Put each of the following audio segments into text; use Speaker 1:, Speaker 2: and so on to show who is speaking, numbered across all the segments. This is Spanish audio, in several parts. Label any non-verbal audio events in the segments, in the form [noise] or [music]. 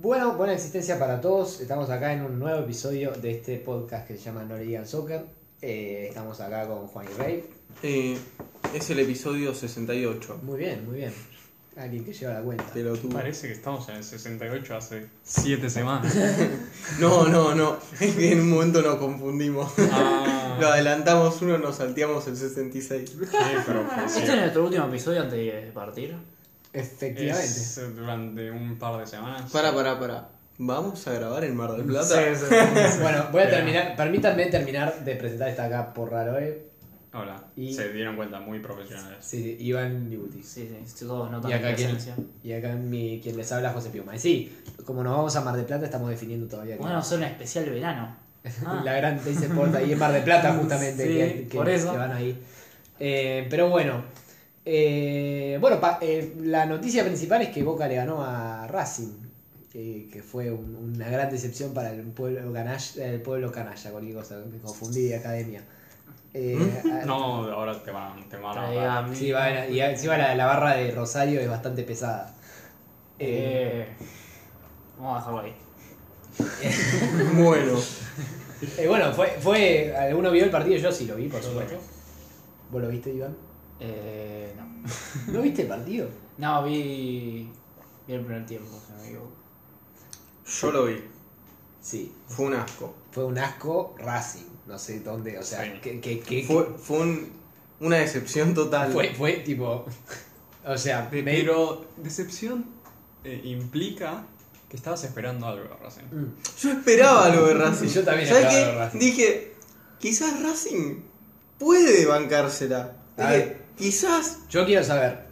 Speaker 1: Bueno, buena existencia para todos. Estamos acá en un nuevo episodio de este podcast que se llama No le digan soccer. Eh, estamos acá con Juan y Rey.
Speaker 2: Eh, es el episodio 68.
Speaker 1: Muy bien, muy bien. Alguien que lleva la cuenta.
Speaker 2: Te lo tuve.
Speaker 3: Parece que estamos en el 68 hace Ah, 7 semanas.
Speaker 2: No, no, no. Es que en un momento nos confundimos. Lo
Speaker 3: Ah,
Speaker 2: adelantamos uno, nos salteamos el 66.
Speaker 3: qué profesional.
Speaker 4: Este es nuestro último episodio antes de partir.
Speaker 1: Efectivamente.
Speaker 3: Es eh, durante un par de semanas.
Speaker 2: Para, para, para. ¿Vamos a grabar en Mar del Plata?
Speaker 1: [laughs] bueno, voy a
Speaker 3: Pero-
Speaker 1: terminar. Permítanme terminar de presentar esta acá por raro, eh.
Speaker 3: Hola.
Speaker 1: Y-
Speaker 3: Se dieron cuenta, muy profesionales.
Speaker 1: Sí, Iván Libutis.
Speaker 4: Sí, sí, sí, todos notan
Speaker 1: Y acá,
Speaker 4: la
Speaker 1: quien,
Speaker 4: presencia.
Speaker 1: y acá mi, quien les habla, José Piuma. Y sí, como nos vamos a Mar de Plata, estamos definiendo todavía. quién
Speaker 4: Bueno, hacer un especial
Speaker 1: [laughs]
Speaker 4: verano. Ah.
Speaker 1: La gran Tays Sport ahí en Mar de
Speaker 4: [laughs]
Speaker 1: Plata, justamente.
Speaker 4: Sí,
Speaker 1: que, que-
Speaker 4: por eso.
Speaker 1: que van ahí. Eh, pero bueno. Eh, bueno, pa- eh, la noticia principal es que Boca le ganó a Racing. eh, que fue un- una gran decepción para el pueblo canalla, el pueblo canalla cualquier cosa, me confundí de academia. Eh, a-
Speaker 3: ¿Mm? No, ahora te van, te van a
Speaker 1: [laughs]
Speaker 4: Traigan-
Speaker 1: sí, va- y encima la, la barra de Rosario es bastante pesada. Eh,
Speaker 4: Eh, vamos a dejarlo ahí.
Speaker 2: Bueno.
Speaker 1: eh, bueno, fue, fue. ¿Alguno vio el partido? Yo sí lo vi, por
Speaker 3: Yo lo
Speaker 1: supuesto.
Speaker 3: vi.
Speaker 1: ¿Vos lo viste, Iván?
Speaker 4: Eh, no.
Speaker 1: ¿No viste el partido?
Speaker 4: No, vi, vi el primer tiempo, si no me equivoco.
Speaker 2: Yo lo vi.
Speaker 1: Sí.
Speaker 2: Fue un asco.
Speaker 1: Fue un asco Racing. No sé dónde, o sea,
Speaker 3: Sí.
Speaker 1: que, que- que-
Speaker 2: Fue, fue un- una decepción total.
Speaker 1: fue, fue tipo. O sea,
Speaker 3: Pe-
Speaker 1: me-
Speaker 3: Pero decepción eh, implica que estabas esperando algo recién.
Speaker 1: Mm.
Speaker 2: Yo esperaba lo de Racing.
Speaker 1: Yo también
Speaker 2: ¿Sabés
Speaker 1: esperaba
Speaker 2: qué?
Speaker 1: lo de Racing.
Speaker 2: Dije, quizás Racing puede bancársela.
Speaker 1: A
Speaker 2: Dije,
Speaker 1: ver.
Speaker 2: quizás
Speaker 1: Yo quiero saber,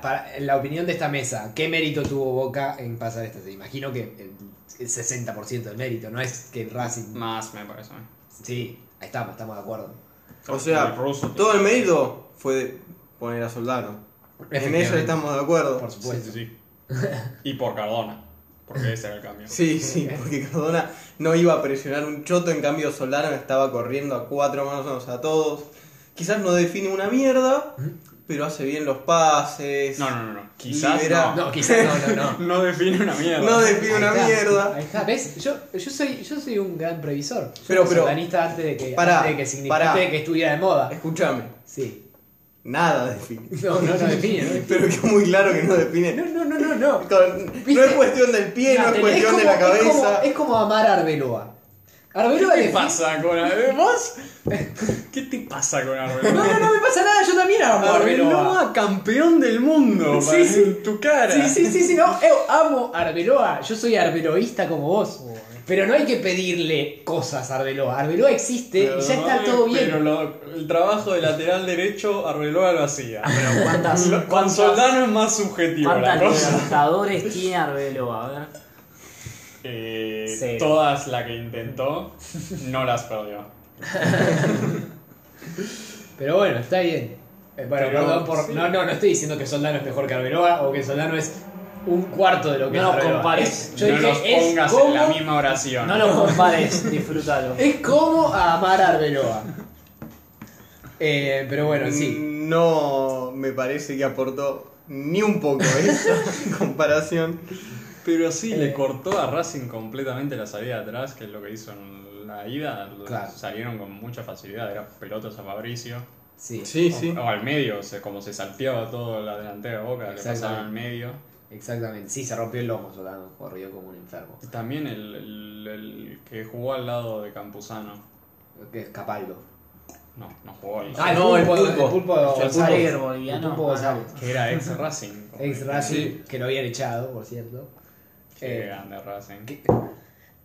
Speaker 1: para la opinión de esta mesa, ¿qué mérito tuvo Boca en pasar esta? Te imagino que el, el 60% del mérito, no es que Racing.
Speaker 3: Más me parece a mí.
Speaker 1: Sí, ahí estamos, estamos de acuerdo.
Speaker 2: O sea,
Speaker 3: El ruso te-
Speaker 2: todo el mérito fue de poner a Soldano. En eso
Speaker 1: Efectivamente.
Speaker 2: estamos de acuerdo.
Speaker 1: Por
Speaker 3: Sí,
Speaker 1: supuesto.
Speaker 3: sí, sí. Y por Cardona. Porque ese era el cambio.
Speaker 2: Sí, sí, porque Cardona no iba a presionar un choto, en cambio Soldano estaba corriendo a cuatro manos a todos. Quizás no define una mierda, pero hace bien los pases.
Speaker 3: No, no, no, no. Quizás
Speaker 2: Libera-
Speaker 3: no.
Speaker 1: No, quizás no, no, no.
Speaker 2: [laughs]
Speaker 3: No define una mierda.
Speaker 2: No define una
Speaker 1: Ahí está,
Speaker 2: mierda.
Speaker 1: ahí está, ¿ves? Yo, yo, soy, yo soy un gran previsor. Yo
Speaker 2: Pero,
Speaker 1: soy
Speaker 2: pero,
Speaker 1: sotanista antes de que,
Speaker 2: pará,
Speaker 1: antes de que, signifique-
Speaker 2: pará.
Speaker 1: antes de que estuviera de moda.
Speaker 2: Escúchame,
Speaker 1: Sí.
Speaker 2: nada define.
Speaker 1: No, no, no define.
Speaker 3: ¿eh?
Speaker 1: No, define.
Speaker 2: Pero que muy claro que no define.
Speaker 1: no, no, no, no. no.
Speaker 2: Con- No
Speaker 1: ¿Viste?
Speaker 2: es cuestión del pie, no,
Speaker 4: No,
Speaker 2: es
Speaker 4: tenés-
Speaker 2: cuestión de la
Speaker 1: es como-
Speaker 2: cabeza.
Speaker 1: es como amar a Arbeloa. Arbeloa
Speaker 3: ¿Qué
Speaker 1: le
Speaker 3: te pasa con Arbeloa? ¿Vos? [laughs] ¿Qué te pasa con
Speaker 1: No,
Speaker 3: Arbeloa?
Speaker 1: no, no me pasa nada, yo también amo a Arbeloa.
Speaker 3: Arbeloa, campeón del mundo.
Speaker 1: Sí,
Speaker 3: para-
Speaker 1: sí.
Speaker 3: Tu cara.
Speaker 1: Sí, sí, sí, sí, no, yo amo a Arbeloa, yo soy arbeloísta como vos.
Speaker 4: Uy.
Speaker 1: Pero no hay que pedirle cosas a Arbeloa. Arbeloa existe y ya está
Speaker 3: Perdóname,
Speaker 1: todo bien.
Speaker 3: Pero lo- el trabajo de lateral derecho, Arbeloa lo hacía.
Speaker 4: Pero cuántas.
Speaker 3: Lo- Juan
Speaker 4: cuántas-
Speaker 3: Soldano es más subjetivo la
Speaker 4: ¿Cuántas
Speaker 3: cosa.
Speaker 4: libertadores tiene Arbelo? A ver.
Speaker 3: [laughs] Eh,
Speaker 4: Cero.
Speaker 3: todas las que intentó, no las perdió.
Speaker 1: Pero bueno, está bien. Eh, bueno,
Speaker 3: Pero,
Speaker 1: perdón por.
Speaker 3: sí.
Speaker 1: No, no, no estoy diciendo que Soldano es mejor que Arbeloa o que Soldano es un cuarto de lo que
Speaker 4: No
Speaker 1: es Arbeloa.
Speaker 4: compares.
Speaker 1: Es- yo
Speaker 3: no
Speaker 1: dije,
Speaker 3: los
Speaker 1: es
Speaker 3: pongas
Speaker 1: como-
Speaker 3: en la misma oración.
Speaker 4: No lo compares, [laughs] disfrútalo.
Speaker 1: Es como a amar a Arbeloa. Eh, pero bueno,
Speaker 2: Mm,
Speaker 1: sí.
Speaker 2: No me parece que aportó ni un poco esa comparación.
Speaker 3: Pero sí,
Speaker 1: Eh.
Speaker 3: le cortó a Racing completamente la salida de atrás, que es lo que hizo en la ida. Lo-
Speaker 1: Claro.
Speaker 3: Salieron con mucha facilidad, era pelotas a Fabricio.
Speaker 1: Sí,
Speaker 2: Sí,
Speaker 3: O, o al medio, o sea, como se salteaba todo la delantera de Boca, le pasaban al medio.
Speaker 1: exactamente. Sí, se rompió el lomo Soldano, corrió como un enfermo.
Speaker 3: Y También el, el- el que jugó al lado de Campuzano.
Speaker 1: Que es Capaldo.
Speaker 3: No, no jugó al lado.
Speaker 2: Ah, no, el pulpo.
Speaker 1: El pulpo
Speaker 2: El
Speaker 1: González.
Speaker 4: pulpo boliviano.
Speaker 1: El pulpo González.
Speaker 3: Que era ex Racing. como
Speaker 1: Ex
Speaker 3: dicen.
Speaker 1: Racing,
Speaker 2: Ah,
Speaker 1: eh.
Speaker 2: Sí.
Speaker 1: que lo habían echado, por cierto.
Speaker 3: Qué
Speaker 1: Eh,
Speaker 3: grande Racing.
Speaker 1: que-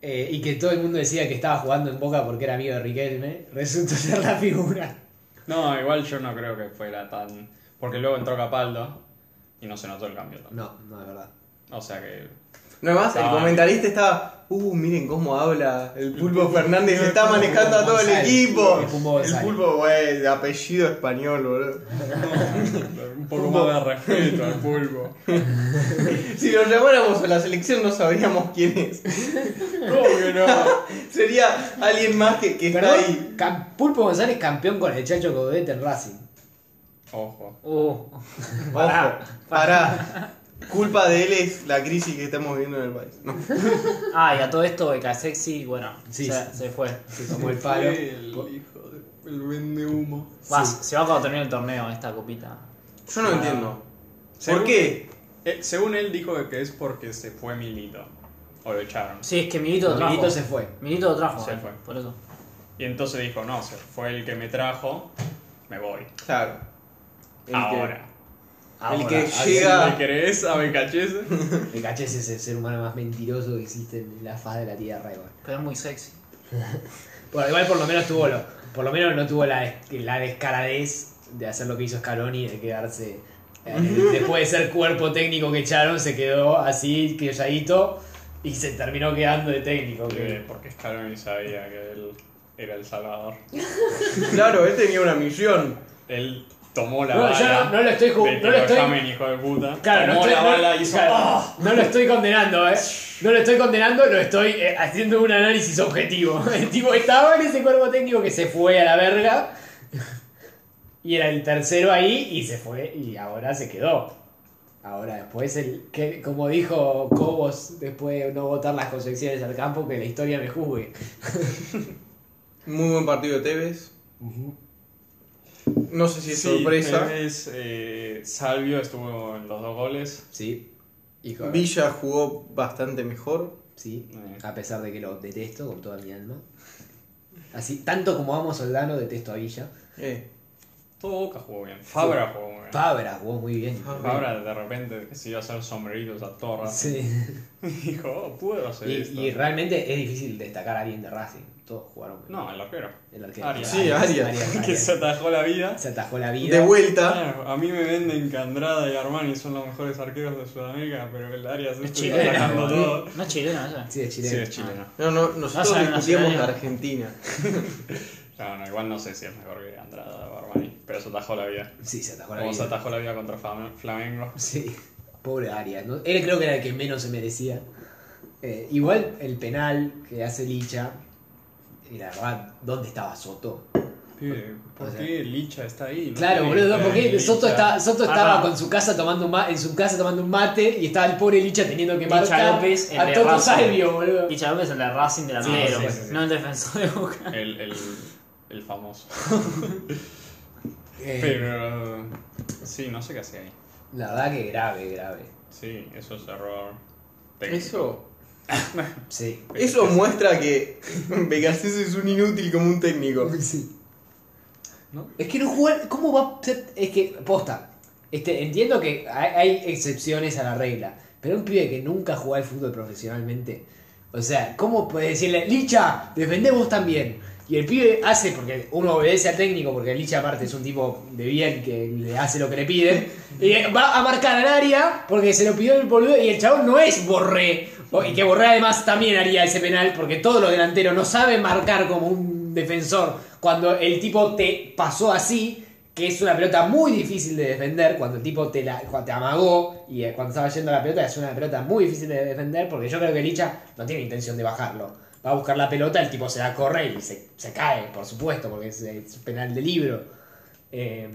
Speaker 1: eh, y que todo el mundo decía que estaba jugando en Boca porque era amigo de Riquelme. [laughs] Resultó ser la figura.
Speaker 3: No, igual yo no creo que fuera tan. Porque luego entró Capaldo y no se notó el cambio tanto.
Speaker 1: No, no es verdad.
Speaker 3: O sea que.
Speaker 2: No más, el
Speaker 3: Ah.
Speaker 2: comentarista estaba, uh, miren cómo habla el Pulpo Fernández, está manejando a todo el
Speaker 1: González.
Speaker 2: equipo.
Speaker 1: El Pulpo González.
Speaker 2: El Pulpo, güey, de apellido español, boludo.
Speaker 3: un poco más de respeto al [laughs] pulpo.
Speaker 2: Si lo llamáramos a la selección no sabríamos quién es.
Speaker 3: ¿Cómo que no?
Speaker 2: Sería alguien más que, que está
Speaker 1: Perdón,
Speaker 2: ahí.
Speaker 1: Cam- Pulpo González campeón con el Chacho Codete en Racing.
Speaker 3: Ojo.
Speaker 4: Uh,
Speaker 2: Ojo, pará. Culpa de él es la crisis que estamos viviendo en el país. No.
Speaker 4: Ah, y a todo esto, Becasexi, bueno,
Speaker 1: Sí,
Speaker 4: se,
Speaker 1: sí.
Speaker 4: se fue.
Speaker 1: Se tomó el palo.
Speaker 2: El hijo de... El vende humo.
Speaker 4: Va, Se va cuando termine el torneo esta copita.
Speaker 2: Yo no
Speaker 3: Ah.
Speaker 2: entiendo. ¿Por
Speaker 3: Según-
Speaker 2: qué?
Speaker 3: Eh, según él dijo que es porque se fue Milito. O lo echaron.
Speaker 4: Sí, es que Milito lo trajo.
Speaker 1: Milito se fue.
Speaker 4: Milito lo trajo,
Speaker 3: Se
Speaker 4: eh,
Speaker 3: fue.
Speaker 4: por eso.
Speaker 3: Y entonces dijo, no, se fue el que me trajo, me voy.
Speaker 2: Claro.
Speaker 1: El
Speaker 3: Ahora.
Speaker 2: el
Speaker 1: Ah,
Speaker 4: Ahora,
Speaker 2: que
Speaker 1: así
Speaker 3: ¿Me
Speaker 2: llega...
Speaker 3: querés
Speaker 1: [laughs]
Speaker 3: a Becachese?
Speaker 1: Que... Me caché ese es el ser humano más mentiroso que existe en la faz de la tierra igual.
Speaker 4: Pero es muy sexy.
Speaker 1: Bueno, igual por lo menos tuvo lo, por lo menos no tuvo la, des- la descaradez de hacer lo que hizo Scaloni de quedarse. eh, después de ser cuerpo técnico que echaron, se quedó así, criolladito, y se terminó quedando de técnico.
Speaker 3: Eh,
Speaker 1: que-
Speaker 3: Porque Scaloni sabía que él era el salvador.
Speaker 2: Claro, él tenía una misión.
Speaker 3: Él tomó la
Speaker 1: No,
Speaker 3: bala.
Speaker 1: yo no, no lo estoy
Speaker 3: de
Speaker 1: jugando.
Speaker 3: que
Speaker 1: No lo
Speaker 3: lo
Speaker 1: estoy.
Speaker 3: llamen hijo de puta.
Speaker 1: Claro, no
Speaker 3: tomó
Speaker 1: estoy-
Speaker 3: la
Speaker 1: no-
Speaker 3: bala y hizo...
Speaker 1: claro,
Speaker 3: "Ah".
Speaker 1: no lo estoy condenando, ¿eh? No lo estoy condenando, lo estoy eh, haciendo un análisis objetivo. [laughs] El tipo estaba en ese cuerpo técnico que se fue a la verga. Y era el tercero ahí y se fue y ahora se quedó. Ahora después, el, que, como dijo Cobos, después de no votar las concepciones al campo, que la historia me juzgue.
Speaker 2: Muy buen partido de Tevez. No sé si es sorpresa.
Speaker 3: Tevez, eh, Salvio estuvo en los dos goles.
Speaker 1: Sí. Hijo,
Speaker 2: Villa jugó bastante mejor.
Speaker 1: Sí,
Speaker 3: Eh.
Speaker 1: a pesar de que lo detesto con toda mi alma. Así, tanto como amo a Soldano, detesto a Villa.
Speaker 2: Eh,
Speaker 3: Todo Boca jugó bien. Fabra jugó muy bien.
Speaker 1: Fabra Ah, jugó muy bien.
Speaker 3: Fabra de repente que se iba a hacer sombreritos a Torra.
Speaker 1: Sí.
Speaker 3: [laughs] Dijo, "Oh, puedo hacer
Speaker 1: Y,
Speaker 3: esto.
Speaker 1: y realmente es difícil destacar a alguien de Racing. Todos jugaron bien.
Speaker 3: No, el arquero.
Speaker 1: El arquero.
Speaker 3: Arias.
Speaker 2: Sí, Arias.
Speaker 3: [laughs] Que se atajó la vida.
Speaker 1: Se atajó la vida.
Speaker 2: de vuelta.
Speaker 3: Claro, Ah, a mí me venden que Andrada y Armani son los mejores arqueros de Sudamérica, pero el Arias
Speaker 4: Es
Speaker 3: este está
Speaker 4: chilena,
Speaker 3: atajando
Speaker 4: boludo.
Speaker 3: todo.
Speaker 4: No es chilena ella.
Speaker 1: Sí, de
Speaker 3: Sí,
Speaker 1: Chile.
Speaker 3: es chilena.
Speaker 2: No, no,
Speaker 4: No
Speaker 2: nosotros
Speaker 4: saben
Speaker 2: discutíamos de
Speaker 4: nacionalidad.
Speaker 2: Argentina.
Speaker 3: No, no, igual no sé si es mejor que Andrada o Armani, pero se atajó la vida.
Speaker 1: Ah, Sí, se atajó la
Speaker 3: Como se
Speaker 1: vida.
Speaker 3: atajó la vida contra Flam- Flamengo.
Speaker 1: Sí. Pobre Arias. ¿no? Él creo que era el que menos se merecía. Eh, igual el penal que hace Licha. Y la verdad, ¿dónde estaba Soto?
Speaker 3: Pibe, ¿por
Speaker 1: O sea-
Speaker 3: qué Licha está ahí? No
Speaker 1: Claro,
Speaker 3: tiene que
Speaker 1: boludo,
Speaker 3: estar ahí
Speaker 1: porque
Speaker 3: Licha.
Speaker 1: Soto, está- Soto
Speaker 4: Pará.
Speaker 1: estaba con su casa tomando un ma- en su casa tomando un mate y estaba el pobre Licha teniendo que
Speaker 4: Licha
Speaker 1: marcar
Speaker 4: López, el
Speaker 1: a
Speaker 4: de
Speaker 1: Toto
Speaker 4: Racing.
Speaker 1: Salvio, boludo.
Speaker 4: Y Chávez es el de Racing del
Speaker 3: Sí,
Speaker 4: arquero,
Speaker 3: sí, sí, sí.
Speaker 4: no el defensor de Boca.
Speaker 3: El, el, el famoso.
Speaker 1: Eh,
Speaker 3: [laughs] Pero. Sí, no sé qué hacía ahí.
Speaker 1: La verdad que grave, grave.
Speaker 3: Sí, eso es error. técnico.
Speaker 2: Eso,
Speaker 1: Sí.
Speaker 2: eso muestra que [laughs] Becasés es un inútil como un técnico.
Speaker 1: Sí.
Speaker 3: ¿No?
Speaker 1: Es que no jugar. ¿Cómo va a ser? Es que, posta. Este, entiendo que hay, hay excepciones a la regla. Pero un pibe que nunca jugó al fútbol profesionalmente. O sea, ¿cómo puede decirle, Licha, defendemos también? Y el pibe hace, porque uno obedece al técnico, porque Licha aparte es un tipo de bien que le hace lo que le piden. Y va a marcar al área porque se lo pidió el boludo. Y el chabón no es Borré. O- Y que Borré además también haría ese penal porque todos los delanteros no saben marcar como un defensor. Cuando el tipo te pasó así, que es una pelota muy difícil de defender, cuando el tipo te, la, cuando te amagó y eh, cuando estaba yendo la pelota, es una pelota muy difícil de defender porque yo creo que Licha no tiene intención de bajarlo. Va a buscar la pelota, el tipo se la corre y se, se cae, por supuesto, porque es, es penal de libro. Eh,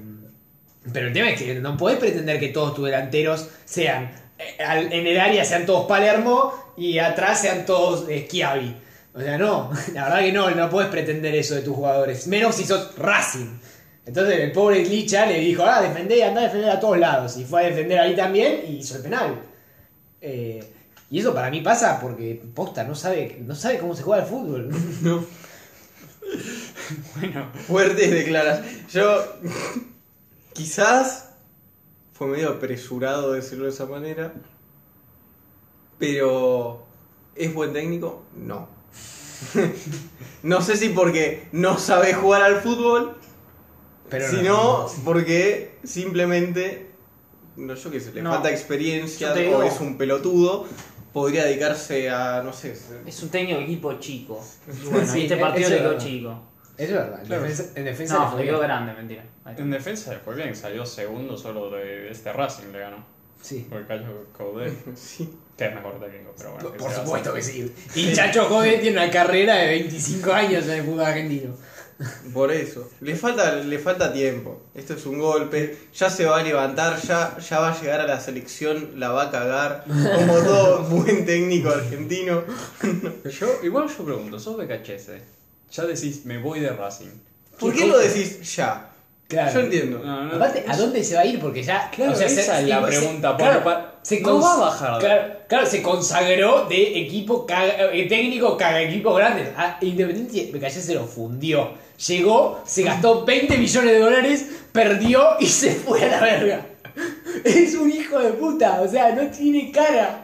Speaker 1: pero el tema es que no podés pretender que todos tus delanteros sean, eh, al- en el área sean todos Palermo y atrás sean todos eh, Schiavi. O sea, no, [laughs] la verdad que no, no podés pretender eso de tus jugadores, menos si sos Racing. Entonces el pobre Licha le dijo, ah, defendé, andá a defender a todos lados. Y fue a defender ahí también y hizo el penal. Eh, y eso para mí pasa porque Posta no sabe, no sabe cómo se juega el fútbol. [laughs]
Speaker 3: Bueno,
Speaker 2: Fuertes declaraciones. Yo, [laughs] quizás, fue medio apresurado decirlo de esa manera, pero ¿es buen técnico? No. [laughs] no sé si porque no sabe jugar al fútbol,
Speaker 1: Pero
Speaker 2: sino porque simplemente, no yo qué sé, le
Speaker 4: No.
Speaker 2: falta experiencia
Speaker 4: Yo te digo-
Speaker 2: o es un pelotudo, podría dedicarse a, no sé, [laughs]
Speaker 4: Es un técnico de equipo chico. Y bueno,
Speaker 1: Sí,
Speaker 4: y este
Speaker 1: eh,
Speaker 4: partido
Speaker 1: eso
Speaker 4: le
Speaker 1: es
Speaker 4: quedó
Speaker 1: verdad.
Speaker 4: chico.
Speaker 1: Es verdad, en
Speaker 3: Claro.
Speaker 1: defensa, en defensa le
Speaker 4: No,
Speaker 1: fue
Speaker 4: le
Speaker 1: bien.
Speaker 4: quedó grande, mentira. Ahí está.
Speaker 3: en defensa le fue bien, salió segundo solo de este Racing, le ganó.
Speaker 1: Sí.
Speaker 3: Por el Cacho
Speaker 1: [laughs]
Speaker 3: Coudet,
Speaker 2: sí.
Speaker 3: que es mejor técnico, pero bueno.
Speaker 1: Por,
Speaker 3: que
Speaker 1: por
Speaker 3: sea
Speaker 1: supuesto que sí. Y Chacho Joven tiene una carrera de 25 años en el fútbol argentino.
Speaker 2: Por eso. Le falta, le falta tiempo. Esto es un golpe. Ya se va a levantar, ya, ya va a llegar a la selección, la va
Speaker 1: [laughs]
Speaker 2: a cagar. Como todo buen técnico argentino.
Speaker 3: Yo, igual yo pregunto, sos BKHS. Ya decís, me voy de Racing.
Speaker 2: ¿Por qué lo decís ya?
Speaker 1: Claro.
Speaker 2: Yo entiendo.
Speaker 4: Ah.
Speaker 3: No, no.
Speaker 1: Aparte, ¿a dónde se va a ir? Porque ya.
Speaker 3: Claro, esa es la pregunta, porque
Speaker 1: claro,
Speaker 3: pa-
Speaker 1: se
Speaker 3: no
Speaker 1: cons-
Speaker 3: va a bajar.
Speaker 1: Claro, claro, se consagró de equipo caga- eh, técnico caga equipos grandes. A Independiente Becallé se lo fundió. Llegó, se gastó 20 millones de dólares, perdió y se fue a la verga. [laughs] Es un hijo de puta, o sea, no tiene cara.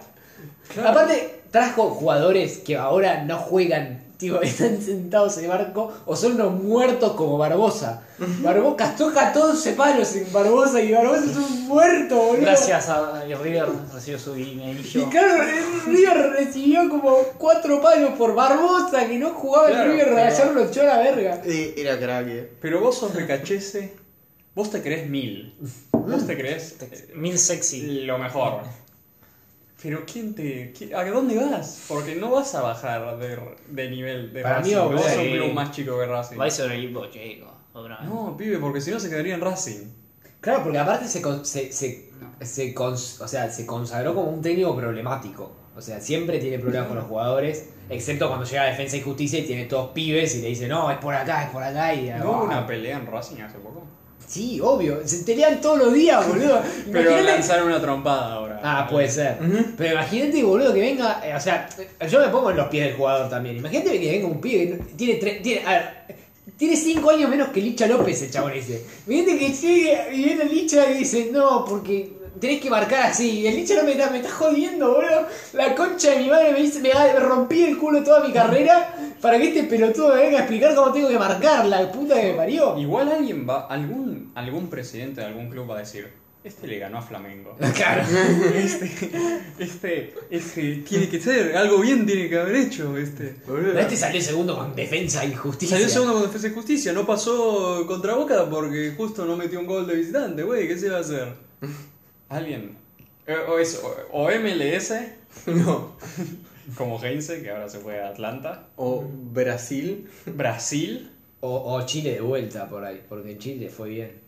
Speaker 1: Aparte, trajo jugadores que ahora no juegan, tío, [laughs] están sentados en el barco o son unos muertos como Barbosa. Barbosa toca 14 palos en Barbosa y Barbosa es un muerto, boludo.
Speaker 4: Gracias a y River recibió su
Speaker 1: Y
Speaker 4: guineillo.
Speaker 1: claro, el River recibió como cuatro palos por Barbosa que no jugaba
Speaker 3: Claro,
Speaker 1: el River,
Speaker 3: pero-
Speaker 1: ayer lo echó a la verga.
Speaker 2: Eh, Era crack. eh.
Speaker 3: Pero vos sos BKHS, vos te crees mil. Vos te crees eh,
Speaker 4: Mil sexy.
Speaker 3: lo mejor. Pero ¿quién te.? qui- ¿A dónde vas? Porque no vas a bajar de, de nivel de
Speaker 1: Para
Speaker 3: Racing.
Speaker 1: mí va a
Speaker 3: vos
Speaker 1: volver.
Speaker 3: sos un club más chico que Racing.
Speaker 4: Va a ser el equipo chico. Otra vez.
Speaker 3: No, pibe, porque si no se quedaría en Racing.
Speaker 1: Claro, porque aparte se, con- se, se, se cons- o sea, se consagró como un técnico problemático. O sea, siempre tiene problemas con los jugadores, excepto cuando llega a Defensa y Justicia y tiene todos pibes y le dice, no, es por acá, es por acá. Y,
Speaker 3: ¿No hubo
Speaker 1: ah,
Speaker 3: una pelea en Racing hace poco?
Speaker 1: Sí, obvio, se pelean todos los días, boludo.
Speaker 3: [laughs] Pero
Speaker 1: Imagínate-
Speaker 3: lanzaron una trompada ahora.
Speaker 1: Ah, puede ser. Pero imagínate, boludo, que venga. eh, o sea, eh, yo me pongo en los pies del jugador también. Imagínate que venga un pibe. que no- Tiene tres. Tiene, a ver, tiene cinco años menos que Licha López, el chabón ese. Imagínate que llegue y viene Licha y dice, no, porque tenés que marcar así. Y el Licha no me está, me está jodiendo, boludo. La concha de mi madre me dice, me, me rompí el culo toda mi carrera para que este pelotudo me venga a explicar cómo tengo que marcar la puta que me parió.
Speaker 3: Igual alguien va, algún, algún presidente de algún club va a decir, este le ganó
Speaker 1: [laughs]
Speaker 3: a Flamengo.
Speaker 1: [laughs] Claro.
Speaker 3: Este, este, tiene que ser, algo bien tiene que haber hecho este.
Speaker 1: Pero este salió segundo con defensa y justicia.
Speaker 3: Salió segundo con Defensa y Justicia, no pasó contra Boca porque justo no metió un gol de visitante, güey, ¿qué se va a hacer? Alguien, eh, o es o, o MLS,
Speaker 2: No.
Speaker 3: como Heinze, que ahora se fue a Atlanta,
Speaker 2: O Brasil.
Speaker 3: Brasil,
Speaker 1: O, o Chile de vuelta por ahí, porque en Chile fue bien.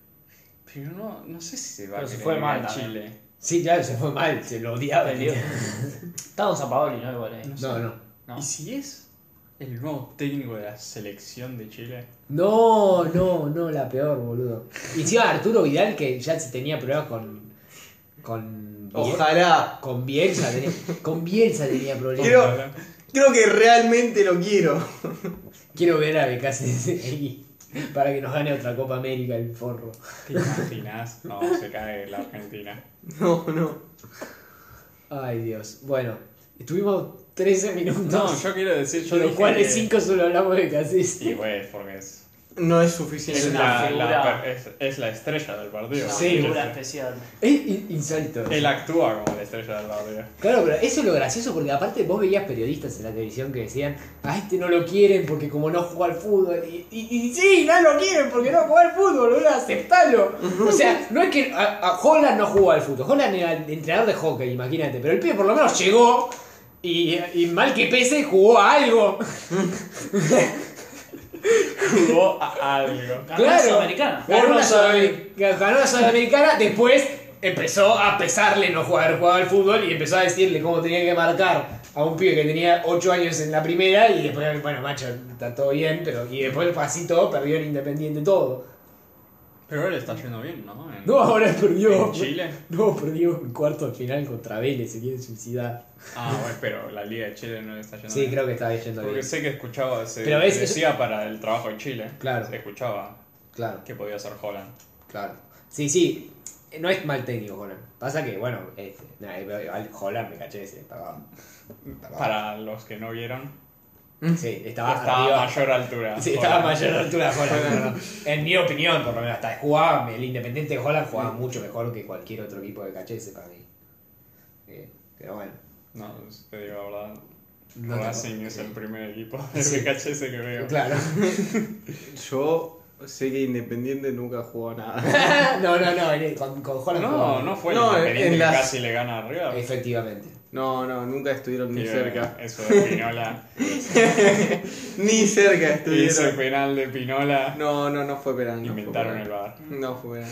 Speaker 3: pero no, no sé si se va
Speaker 4: Pero
Speaker 3: a
Speaker 4: se
Speaker 3: querer
Speaker 4: fue
Speaker 3: ir
Speaker 4: mal
Speaker 3: a
Speaker 4: también.
Speaker 3: Chile.
Speaker 1: Sí, claro, se fue mal, se lo odiaba.
Speaker 4: Perdió. Está Don Sampaoli, ¿no? Igual, eh.
Speaker 1: No, no.
Speaker 4: No.
Speaker 3: ¿Y si es el nuevo técnico de la selección de Chile?
Speaker 1: No, no, no, la peor, boludo. Y encima Arturo Vidal, que ya se tenía problemas con. con. Biel-
Speaker 2: Ojalá.
Speaker 1: Con Bielsa tenía, con Bielsa tenía problemas.
Speaker 2: Quiero, creo que realmente lo quiero.
Speaker 1: Quiero ver a Becassi ahí para que nos gane otra Copa América el forro.
Speaker 3: ¿Te imaginas? No, se cae la Argentina.
Speaker 2: [laughs] No, no.
Speaker 1: Ay, Dios. Bueno, estuvimos 13 minutos.
Speaker 3: No, yo quiero decir, yo
Speaker 1: de los
Speaker 3: dije
Speaker 1: cuales
Speaker 3: que-
Speaker 1: 5 solo hablamos de Becassi.
Speaker 3: Y güey, porque es,
Speaker 2: No es suficiente.
Speaker 3: es
Speaker 4: una
Speaker 3: la, la
Speaker 4: figura.
Speaker 3: per- es, es la estrella del partido.
Speaker 4: Una
Speaker 1: Sí,
Speaker 4: figura
Speaker 3: Él-
Speaker 4: especial.
Speaker 1: Es in- insólito.
Speaker 3: Él actúa como la estrella
Speaker 1: [laughs]
Speaker 3: del partido.
Speaker 1: Claro, pero eso es lo gracioso porque aparte vos veías periodistas en la televisión que decían, a este no lo quieren porque como no juega al fútbol. Y, y, y sí, no lo quieren porque no juega al fútbol, boludo, aceptalo. O sea, no es que a, a Holland no jugó al fútbol, Holland era el entrenador de hockey, imagínate, pero el pibe por lo menos llegó y, y mal que pese jugó a algo.
Speaker 3: Jugó a algo.
Speaker 4: Ganó la Sudamericana.
Speaker 1: Ganó la
Speaker 4: Ganó la
Speaker 1: Sudamericana. Ganó la Sudamericana. Después empezó a pesarle no jugar, jugar al fútbol y empezó a decirle cómo tenía que marcar a un pibe que tenía 8 años en la primera. Y después, bueno, macho, está todo bien, pero. Y después fue así todo, perdió el Independiente todo.
Speaker 3: Pero él está yendo bien, ¿no? En,
Speaker 1: No, ahora
Speaker 3: en
Speaker 1: perdió.
Speaker 3: Chile.
Speaker 1: No, perdió en cuarto de final contra Vélez, se quiere suicidar.
Speaker 3: Ah, bueno, pero la Liga de Chile no le está yendo
Speaker 1: Sí,
Speaker 3: bien.
Speaker 1: creo que estaba yendo
Speaker 3: Porque
Speaker 1: bien.
Speaker 3: sé Ah, eh. que escuchaba, se
Speaker 1: Pero es-
Speaker 3: decía para el trabajo en Chile.
Speaker 1: Claro.
Speaker 3: Se escuchaba
Speaker 1: Claro,
Speaker 3: que podía ser Holland.
Speaker 1: claro. Sí, sí. No es mal técnico, Holland. Pasa que, bueno, este, nah, igual Holland me caché ese, estaba- estaba-
Speaker 3: Para los que no vieron,
Speaker 1: Sí, estaba,
Speaker 3: estaba
Speaker 1: Ah, arriba.
Speaker 3: a mayor altura.
Speaker 1: Sí, estaba a
Speaker 3: Holland.
Speaker 1: mayor altura
Speaker 3: [laughs]
Speaker 1: Holland. no, no, no. En mi opinión, por lo menos, hasta jugaba, el Independiente de Holland jugaba mucho mejor que cualquier otro equipo de cachese para mí. Eh, pero bueno.
Speaker 3: No, te digo la verdad.
Speaker 1: No te-
Speaker 3: Racing es el primer equipo de [laughs]
Speaker 1: Sí.
Speaker 3: BKHS que veo.
Speaker 1: Claro.
Speaker 2: Yo sé que Independiente nunca jugó a nada.
Speaker 1: no, no, no, eh, con, con Holland
Speaker 3: No,
Speaker 1: jugaba.
Speaker 3: no fue
Speaker 2: No,
Speaker 3: el Independiente
Speaker 2: en
Speaker 3: que
Speaker 2: las-
Speaker 3: casi le gana a River.
Speaker 1: Efectivamente.
Speaker 2: [laughs]
Speaker 1: [laughs]
Speaker 2: No, no, nunca estuvieron ni
Speaker 3: Sí,
Speaker 2: cerca.
Speaker 3: Eso de Pinola.
Speaker 2: [laughs] Ni cerca
Speaker 3: Hizo el
Speaker 2: estuvieron.
Speaker 3: penal de Pinola.
Speaker 2: No, no, no fue penal. no fue
Speaker 3: Inventaron el
Speaker 2: penal.
Speaker 3: bar.
Speaker 2: No fue penal.